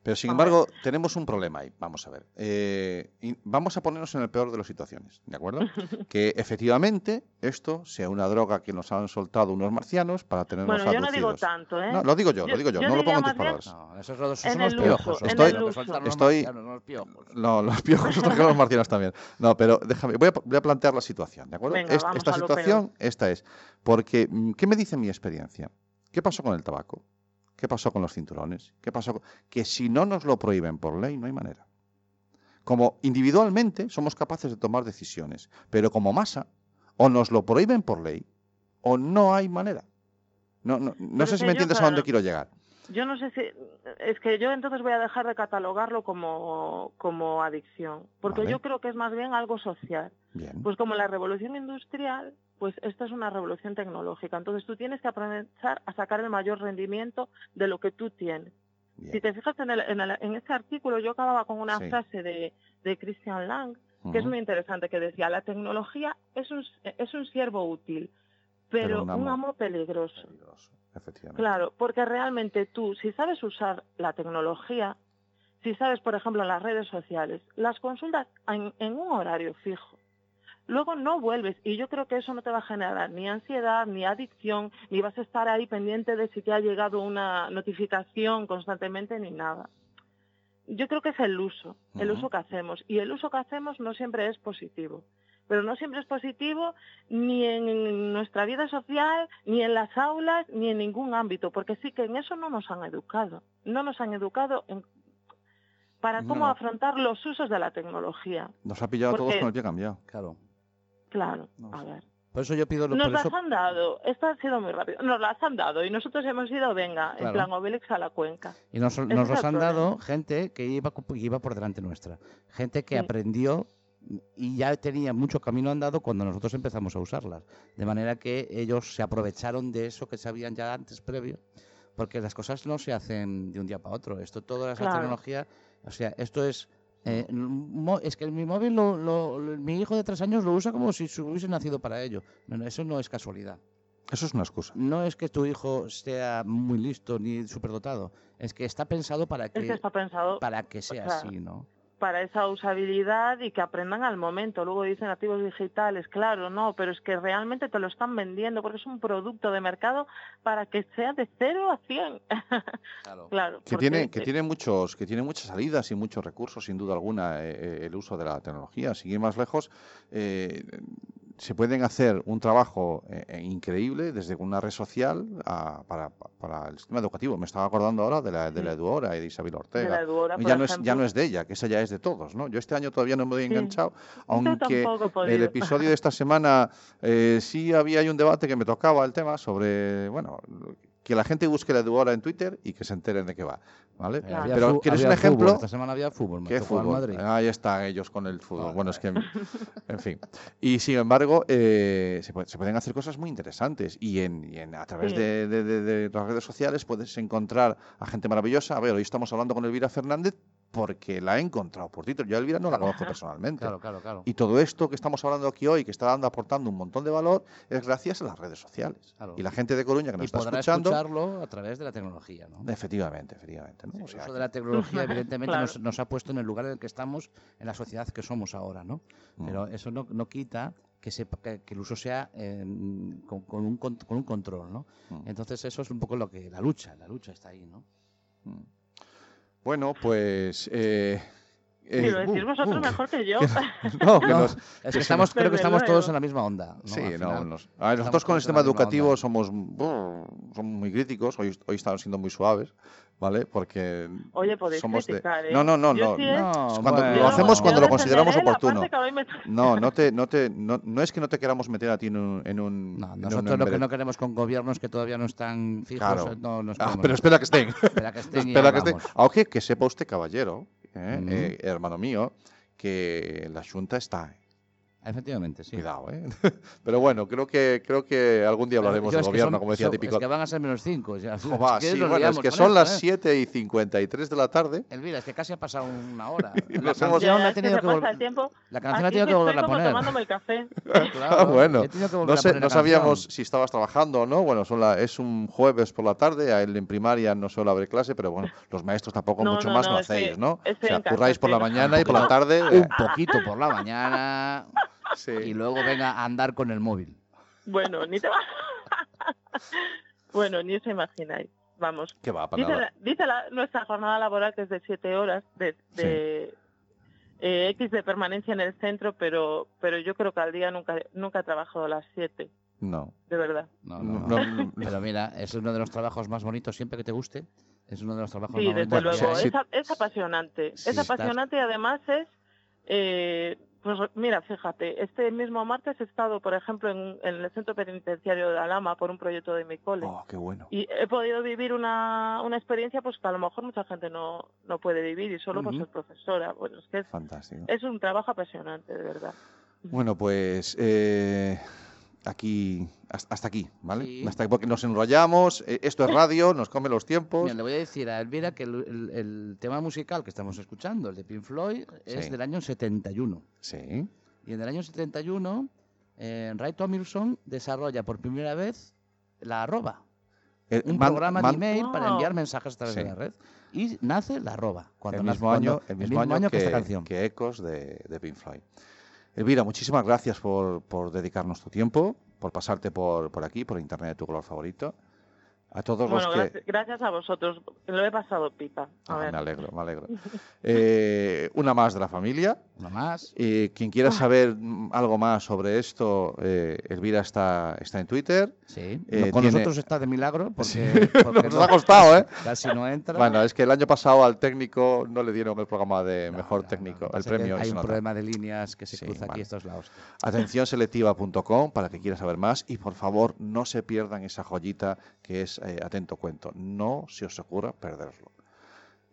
[SPEAKER 3] Pero sin
[SPEAKER 6] Vamos a ver.
[SPEAKER 3] embargo, tenemos un problema ahí. Vamos a ver. Eh, y vamos a ponernos en el peor de las situaciones, ¿de acuerdo? que efectivamente esto sea una droga que nos han soltado unos marcianos para tenernos
[SPEAKER 6] Bueno, yo no digo
[SPEAKER 3] aducidos.
[SPEAKER 6] tanto, ¿eh?
[SPEAKER 3] No, lo digo yo, lo
[SPEAKER 6] Yo-
[SPEAKER 3] digo yo,
[SPEAKER 6] yo
[SPEAKER 3] no lo
[SPEAKER 6] diría
[SPEAKER 3] pongo en tus
[SPEAKER 6] más bien-
[SPEAKER 3] palabras.
[SPEAKER 4] No, esos son, esos
[SPEAKER 6] En
[SPEAKER 4] son los
[SPEAKER 6] el
[SPEAKER 4] piojos.
[SPEAKER 6] uso,
[SPEAKER 4] los
[SPEAKER 3] en
[SPEAKER 4] piojos,
[SPEAKER 3] el
[SPEAKER 4] los
[SPEAKER 6] uso.
[SPEAKER 4] soltaron los
[SPEAKER 3] Estoy-
[SPEAKER 4] marcianos, los piojos.
[SPEAKER 3] No, los piojos los trajeron los marcianos también. No, pero déjame, voy a, voy a plantear la situación, ¿de acuerdo?
[SPEAKER 6] Venga,
[SPEAKER 3] Es-
[SPEAKER 6] vamos
[SPEAKER 3] esta
[SPEAKER 6] a lo
[SPEAKER 3] situación, esta es. Porque, mm, ¿qué me dice mi experiencia? ¿Qué pasó con el tabaco? ¿Qué pasó con los cinturones? ¿Qué pasó con- Que si no nos lo prohíben por ley, no hay manera. Como individualmente somos capaces de tomar decisiones, pero como masa, o nos lo prohíben por ley, o no hay manera. No, no, no
[SPEAKER 6] Pero
[SPEAKER 3] sé si
[SPEAKER 6] es que
[SPEAKER 3] me
[SPEAKER 6] yo
[SPEAKER 3] entiendes a
[SPEAKER 6] para-
[SPEAKER 3] dónde quiero llegar.
[SPEAKER 6] Yo no sé si... Es que yo entonces voy a dejar de catalogarlo como, como adicción, porque
[SPEAKER 3] Vale.
[SPEAKER 6] yo creo que es más bien algo social.
[SPEAKER 3] Bien.
[SPEAKER 6] Pues como la revolución industrial, pues esta es una revolución tecnológica. Entonces tú tienes que aprovechar a sacar el mayor rendimiento de lo que tú tienes.
[SPEAKER 3] bien.
[SPEAKER 6] Si te fijas en, el, en, el- en este artículo, yo acababa con una
[SPEAKER 3] Sí.
[SPEAKER 6] frase de, de Christian Lang, que es
[SPEAKER 3] Ujú.
[SPEAKER 6] muy interesante, que decía, la tecnología es un, es un siervo útil,
[SPEAKER 3] Pero
[SPEAKER 6] pero,
[SPEAKER 3] un
[SPEAKER 6] un
[SPEAKER 3] amo
[SPEAKER 6] amo peligroso.
[SPEAKER 3] Peligroso, efectivamente.
[SPEAKER 6] Claro, porque realmente tú, si sabes usar la tecnología, si sabes, por ejemplo, las redes sociales, las consultas en, en un horario fijo. Luego no vuelves y yo creo que eso no te va a generar ni ansiedad, ni adicción, ni vas a estar ahí pendiente de si te ha llegado una notificación constantemente ni nada. Yo creo que es el uso, el
[SPEAKER 3] Ujú.
[SPEAKER 6] uso que hacemos. Y el uso que hacemos no siempre es positivo. Pero no siempre es positivo ni en nuestra vida social, ni en las aulas, ni en ningún ámbito, porque sí que en eso no nos han educado. No nos han educado en- para cómo
[SPEAKER 3] No.
[SPEAKER 6] afrontar los usos de la tecnología.
[SPEAKER 3] Nos ha pillado a todos
[SPEAKER 6] Porque-
[SPEAKER 3] con el pie cambiado.
[SPEAKER 4] Claro.
[SPEAKER 6] Claro,
[SPEAKER 3] No
[SPEAKER 6] a
[SPEAKER 3] sé.
[SPEAKER 6] ver.
[SPEAKER 4] Por eso yo pido... lo-
[SPEAKER 6] Nos
[SPEAKER 4] por
[SPEAKER 6] las
[SPEAKER 4] eso-
[SPEAKER 6] han dado, esto ha sido muy rápido, nos las han dado y nosotros hemos ido, venga,
[SPEAKER 4] Claro.
[SPEAKER 6] en plan Obelix a la cuenca.
[SPEAKER 4] Y nos,
[SPEAKER 6] Ese
[SPEAKER 4] nos
[SPEAKER 6] es
[SPEAKER 4] los
[SPEAKER 6] el
[SPEAKER 4] han
[SPEAKER 6] problema.
[SPEAKER 4] dado gente que iba, cu- que iba por delante nuestra. Gente que
[SPEAKER 6] Sí.
[SPEAKER 4] aprendió y ya tenía mucho camino andado cuando nosotros empezamos a usarlas. De manera que ellos se aprovecharon de eso que sabían ya antes previo, porque las cosas no se hacen de un día para otro. Esto, toda esa
[SPEAKER 6] Claro.
[SPEAKER 4] tecnología, o sea, esto es... eh, mo- es que mi móvil, lo- lo- lo- mi hijo de tres años lo usa como si se hubiese nacido para ello. No, no, eso no es casualidad.
[SPEAKER 3] Eso es una excusa.
[SPEAKER 4] No es que tu hijo sea muy listo ni superdotado, es que está pensado para
[SPEAKER 6] Esto
[SPEAKER 4] que,
[SPEAKER 6] Este está pensado
[SPEAKER 4] Eh, para que sea
[SPEAKER 6] sea,
[SPEAKER 4] así, ¿no?
[SPEAKER 6] para esa usabilidad y que aprendan al momento. Luego dicen activos digitales, claro, no, pero es que realmente te lo están vendiendo porque es un producto de mercado para que sea de 0 a 100. claro.
[SPEAKER 3] Que
[SPEAKER 6] porque,
[SPEAKER 3] tiene, que
[SPEAKER 6] eh,
[SPEAKER 3] tiene muchos, que tiene muchas salidas y muchos recursos, sin duda alguna, eh, eh, el uso de la tecnología. Sin ir más lejos, eh, se pueden hacer un trabajo eh, eh, increíble desde una red social a- para, para el sistema educativo. Me estaba acordando ahora de la, de la
[SPEAKER 6] Sí.
[SPEAKER 3] Eduora y de Isabel
[SPEAKER 6] de la
[SPEAKER 3] Ortega.
[SPEAKER 6] Eduora, por
[SPEAKER 3] Ya no, es, ya
[SPEAKER 6] ejemplo.
[SPEAKER 3] no es de ella, que esa ya es de todos, ¿no? Yo este año todavía no me he
[SPEAKER 6] Sí.
[SPEAKER 3] enganchado,
[SPEAKER 6] Yo
[SPEAKER 3] aunque
[SPEAKER 6] tampoco he
[SPEAKER 3] El
[SPEAKER 6] podido.
[SPEAKER 3] episodio de esta semana eh, sí había ahí un debate que me tocaba el tema sobre, bueno, que la gente busque la Eduora en Twitter y que se enteren de qué va, ¿vale?
[SPEAKER 6] Claro.
[SPEAKER 4] Eh, Había
[SPEAKER 3] Pero
[SPEAKER 4] fu-
[SPEAKER 3] ¿quieres
[SPEAKER 4] había
[SPEAKER 3] un
[SPEAKER 4] fútbol,
[SPEAKER 3] ejemplo?
[SPEAKER 4] Esta semana había fútbol, me
[SPEAKER 3] ¿Qué
[SPEAKER 4] tocó al
[SPEAKER 3] fútbol?
[SPEAKER 4] Madrid. Ah,
[SPEAKER 3] Ahí están ellos con el fútbol.
[SPEAKER 4] Vale,
[SPEAKER 3] bueno, es que, en fin. Y sin embargo, eh, se, puede- se pueden hacer cosas muy interesantes y, en, y en- a través
[SPEAKER 6] Sí.
[SPEAKER 3] de, de- de- de las redes sociales puedes encontrar a gente maravillosa. A ver, hoy estamos hablando con Elvira Fernández porque la he encontrado por Twitter. Yo a Elvira no la conozco personalmente.
[SPEAKER 4] Claro, claro, claro.
[SPEAKER 3] Y todo esto que estamos hablando aquí hoy, que está dando, aportando un montón de valor, es gracias a las redes sociales.
[SPEAKER 4] Claro.
[SPEAKER 3] Y la gente de Coruña que nos
[SPEAKER 4] Y
[SPEAKER 3] está
[SPEAKER 4] podrá
[SPEAKER 3] escuchando.
[SPEAKER 4] escucharlo a través de la tecnología, ¿no?
[SPEAKER 3] Efectivamente, efectivamente. ¿no? O
[SPEAKER 4] El
[SPEAKER 3] sea,
[SPEAKER 4] uso de la tecnología, evidentemente,
[SPEAKER 6] Claro.
[SPEAKER 4] nos, nos ha puesto en el lugar en el que estamos, en la sociedad que somos ahora, ¿no?
[SPEAKER 3] mm,
[SPEAKER 4] Pero eso no, no quita que, sepa- que, que el uso sea eh, con, con un, con con un control, ¿no?
[SPEAKER 3] mm.
[SPEAKER 4] eh, Entonces eso es un poco lo que la lucha, la lucha está ahí, ¿no?
[SPEAKER 3] Bueno, pues. eh, eh,
[SPEAKER 6] Si lo decís
[SPEAKER 3] uh,
[SPEAKER 6] vosotros
[SPEAKER 3] uh,
[SPEAKER 6] mejor que yo.
[SPEAKER 3] No, que
[SPEAKER 4] No,
[SPEAKER 3] nos-
[SPEAKER 4] es
[SPEAKER 3] que
[SPEAKER 4] que estamos,
[SPEAKER 6] se-
[SPEAKER 4] creo que
[SPEAKER 6] Desde
[SPEAKER 4] estamos todos
[SPEAKER 6] luego.
[SPEAKER 4] en la misma onda. ¿no?
[SPEAKER 3] sí,
[SPEAKER 4] Al
[SPEAKER 3] no,
[SPEAKER 4] final.
[SPEAKER 3] nos- a ver,
[SPEAKER 4] estamos
[SPEAKER 3] nosotros con el
[SPEAKER 4] todos en
[SPEAKER 3] sistema
[SPEAKER 4] la misma
[SPEAKER 3] educativo
[SPEAKER 4] onda.
[SPEAKER 3] somos, brr, somos muy críticos. Hoy, hoy estamos siendo muy suaves, ¿vale? Porque.
[SPEAKER 6] Oye, podéis
[SPEAKER 3] somos de-
[SPEAKER 6] criticar, ¿eh?
[SPEAKER 3] No, no, no,
[SPEAKER 6] Yo
[SPEAKER 3] no.
[SPEAKER 6] sí,
[SPEAKER 3] no.
[SPEAKER 6] ¿eh?
[SPEAKER 3] cuando
[SPEAKER 6] Yo-
[SPEAKER 3] lo hacemos
[SPEAKER 6] yo
[SPEAKER 3] cuando lo
[SPEAKER 6] defenderé
[SPEAKER 3] consideramos
[SPEAKER 6] la
[SPEAKER 3] oportuno.
[SPEAKER 6] parte que hoy me to-
[SPEAKER 3] No, no te, no te, no, no es que no te queramos meter a ti en un, en un-
[SPEAKER 4] No,
[SPEAKER 3] en un
[SPEAKER 4] nosotros lo que
[SPEAKER 3] embre-
[SPEAKER 4] no queremos con gobiernos que todavía no están fijos.
[SPEAKER 3] Claro.
[SPEAKER 4] eh, No, nos
[SPEAKER 3] Ah,
[SPEAKER 4] queremos.
[SPEAKER 3] pero espera que estén.
[SPEAKER 4] Espera que estén y
[SPEAKER 3] Espera que esté.
[SPEAKER 4] hablamos.
[SPEAKER 3] Aunque que sepa usted, caballero, ¿eh?
[SPEAKER 4] Mm.
[SPEAKER 3] Eh, hermano mío, que la Junta está. ¿eh?
[SPEAKER 4] Efectivamente, sí.
[SPEAKER 3] Cuidado, ¿eh? Pero bueno, creo que, creo que algún día hablaremos
[SPEAKER 4] Yo
[SPEAKER 3] del
[SPEAKER 4] es que
[SPEAKER 3] gobierno,
[SPEAKER 4] son-
[SPEAKER 3] como decía
[SPEAKER 4] son-
[SPEAKER 3] Típico.
[SPEAKER 4] Es que van a ser menos 5.
[SPEAKER 3] Jova, sí, bueno, es que son
[SPEAKER 4] ¿eh?
[SPEAKER 3] las 7 y 53 de la tarde.
[SPEAKER 4] Elvira, es que casi ha pasado una hora.
[SPEAKER 3] Y
[SPEAKER 4] La
[SPEAKER 3] nos hemos-
[SPEAKER 4] canción
[SPEAKER 6] Ya,
[SPEAKER 4] la he
[SPEAKER 6] es que
[SPEAKER 4] tenido
[SPEAKER 6] se
[SPEAKER 4] que
[SPEAKER 6] pasa
[SPEAKER 4] vol-
[SPEAKER 6] el tiempo.
[SPEAKER 4] la canción ha
[SPEAKER 6] Aquí
[SPEAKER 4] tenido
[SPEAKER 6] que
[SPEAKER 4] que volver
[SPEAKER 6] estoy
[SPEAKER 4] a
[SPEAKER 6] como tomándome
[SPEAKER 4] poner.
[SPEAKER 6] el café.
[SPEAKER 4] Claro,
[SPEAKER 3] Ah, bueno.
[SPEAKER 4] he tenido que volver
[SPEAKER 3] No,
[SPEAKER 4] a
[SPEAKER 3] sé-
[SPEAKER 4] poner
[SPEAKER 3] no
[SPEAKER 4] la canción.
[SPEAKER 3] sabíamos si estabas trabajando o no. Bueno, son la- es un jueves por la tarde. A él en primaria no suele haber clase, pero bueno, los maestros tampoco
[SPEAKER 6] No,
[SPEAKER 3] mucho
[SPEAKER 6] no,
[SPEAKER 3] más
[SPEAKER 6] no,
[SPEAKER 3] no
[SPEAKER 6] estoy-
[SPEAKER 3] hacéis, ¿no? o
[SPEAKER 6] estoy
[SPEAKER 3] sea,
[SPEAKER 6] en casa,
[SPEAKER 3] curráis por la
[SPEAKER 6] estoy en
[SPEAKER 3] mañana y por la
[SPEAKER 4] casa.
[SPEAKER 3] tarde.
[SPEAKER 4] Un
[SPEAKER 3] eh,
[SPEAKER 4] poquito por la mañana
[SPEAKER 3] sí.
[SPEAKER 4] y luego venga a andar con el móvil.
[SPEAKER 6] Bueno, ni te va. bueno, ni os imagináis. Vamos.
[SPEAKER 3] ¿Qué va, para
[SPEAKER 6] Dice,
[SPEAKER 3] nada.
[SPEAKER 6] la- dice la- nuestra jornada laboral que es de 7 horas de, de, eh, X de permanencia en el centro, pero pero yo creo que al día nunca nunca he trabajado las 7,
[SPEAKER 3] No.
[SPEAKER 6] de verdad.
[SPEAKER 4] No, no, no.
[SPEAKER 3] No, no, no.
[SPEAKER 4] Pero mira, es uno de los trabajos más bonitos, siempre que te guste. Es uno de los trabajos
[SPEAKER 6] Sí,
[SPEAKER 4] más
[SPEAKER 6] desde
[SPEAKER 4] bonitos. que
[SPEAKER 6] luego,
[SPEAKER 4] hay.
[SPEAKER 3] sí.
[SPEAKER 6] es, a- es apasionante.
[SPEAKER 4] Sí,
[SPEAKER 6] es
[SPEAKER 4] estás-
[SPEAKER 6] apasionante y además es, eh, pues mira, fíjate, este mismo martes he estado, por ejemplo, en, en el centro penitenciario de Alama por un proyecto de mi cole.
[SPEAKER 3] Oh, qué bueno.
[SPEAKER 6] Y he podido vivir una, una experiencia pues que a lo mejor mucha gente no, no puede vivir y solo por
[SPEAKER 4] Ujú. Ah.
[SPEAKER 6] ser profesora. Bueno, es que es
[SPEAKER 3] Fantástico.
[SPEAKER 6] Es un trabajo apasionante, de verdad.
[SPEAKER 3] Bueno, pues eh, aquí hasta hasta aquí, ¿vale?
[SPEAKER 4] Sí.
[SPEAKER 3] Hasta porque nos enrollamos. eh, Esto es radio, nos come los tiempos.
[SPEAKER 4] Mira, le voy a decir a Elvira que el, el- el tema musical que estamos escuchando, el de Pink Floyd, es
[SPEAKER 3] Sí.
[SPEAKER 4] del año 71.
[SPEAKER 3] Sí.
[SPEAKER 4] Y en el año 71, eh, Ray Tomilson desarrolla por primera vez la arroba,
[SPEAKER 3] Eh,
[SPEAKER 4] un
[SPEAKER 3] man-
[SPEAKER 4] programa
[SPEAKER 3] man-
[SPEAKER 4] de email para
[SPEAKER 6] Wow.
[SPEAKER 4] enviar mensajes a través
[SPEAKER 3] Sí.
[SPEAKER 4] de la red. Y nace la arroba. Cuando
[SPEAKER 3] el
[SPEAKER 4] nace-
[SPEAKER 3] mismo
[SPEAKER 4] cuando-
[SPEAKER 3] año, el mismo año, que,
[SPEAKER 4] esta canción.
[SPEAKER 3] que Ecos de, de Pink Floyd. Elvira, muchísimas gracias por, por dedicarnos tu tiempo, por pasarte por, por aquí, por internet de tu color favorito. A
[SPEAKER 4] pues
[SPEAKER 3] todos
[SPEAKER 6] Bueno,
[SPEAKER 3] los que...
[SPEAKER 6] gracias, gracias a vosotros. Lo he pasado pipa. A
[SPEAKER 3] Ah,
[SPEAKER 6] ver.
[SPEAKER 3] me alegro, me alegro. Eh, una más de la familia.
[SPEAKER 4] Una más.
[SPEAKER 3] Eh, quien
[SPEAKER 4] Ah.
[SPEAKER 3] quiera saber mm, algo más sobre esto, eh, Elvira está, está en Twitter.
[SPEAKER 4] Sí.
[SPEAKER 3] Eh,
[SPEAKER 4] Con
[SPEAKER 3] tiene-
[SPEAKER 4] nosotros está de milagro porque,
[SPEAKER 3] Sí.
[SPEAKER 4] porque
[SPEAKER 3] Nos
[SPEAKER 4] no-
[SPEAKER 3] ha costado, ¿eh?
[SPEAKER 4] casi no entra.
[SPEAKER 3] Bueno, es que el año pasado al técnico no le dieron el programa de
[SPEAKER 4] No,
[SPEAKER 3] mejor
[SPEAKER 4] no, no,
[SPEAKER 3] técnico, el
[SPEAKER 4] pasa que
[SPEAKER 3] premio.
[SPEAKER 4] Hay
[SPEAKER 3] eso
[SPEAKER 4] un
[SPEAKER 3] no da.
[SPEAKER 4] problema de líneas que se
[SPEAKER 3] Sí,
[SPEAKER 4] cruza
[SPEAKER 3] vale.
[SPEAKER 4] aquí estos lados.
[SPEAKER 3] atencionselectiva.com para que quiera saber más y por favor no se pierdan esa joyita que es eh, Atento Cuento. No se os ocurra perderlo.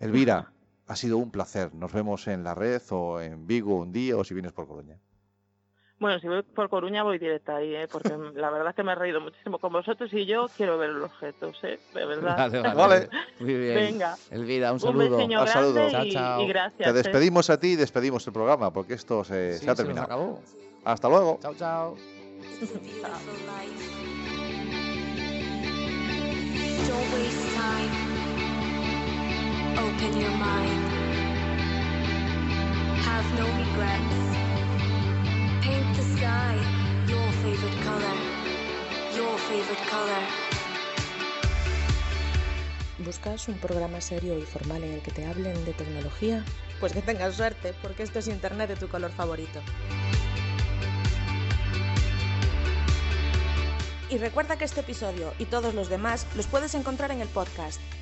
[SPEAKER 3] Elvira, ha sido un placer. Nos vemos en la red o en Vigo un día o si vienes por Coruña.
[SPEAKER 6] Bueno, si voy por Coruña voy directa ahí, ¿eh? porque la verdad es que me he reído muchísimo con vosotros y yo quiero ver los objetos, ¿eh? de verdad.
[SPEAKER 4] Vale, vale.
[SPEAKER 3] Vale.
[SPEAKER 4] Muy bien.
[SPEAKER 6] Venga.
[SPEAKER 4] Elvira, un
[SPEAKER 6] Un
[SPEAKER 4] saludo.
[SPEAKER 6] beso
[SPEAKER 3] Un saludo.
[SPEAKER 6] grande
[SPEAKER 4] Chao,
[SPEAKER 6] y,
[SPEAKER 4] chao.
[SPEAKER 6] y gracias.
[SPEAKER 3] Te
[SPEAKER 6] ¿eh?
[SPEAKER 3] despedimos a ti y despedimos el programa porque esto Eh, se,
[SPEAKER 4] Sí,
[SPEAKER 3] se ha
[SPEAKER 4] nos
[SPEAKER 3] terminado.
[SPEAKER 4] acabó.
[SPEAKER 3] Hasta luego.
[SPEAKER 4] Chao, chao.
[SPEAKER 1] It's a beautiful life. Don't waste time. Open your mind. Have no regrets. Paint the sky your favorite color. Your favorite color.
[SPEAKER 7] ¿Buscas un programa serio y formal en el que te hablen de tecnología?
[SPEAKER 8] Pues que tengas suerte, porque esto es Internet de tu color favorito.
[SPEAKER 7] Y recuerda que este episodio y todos los demás los puedes encontrar en el podcast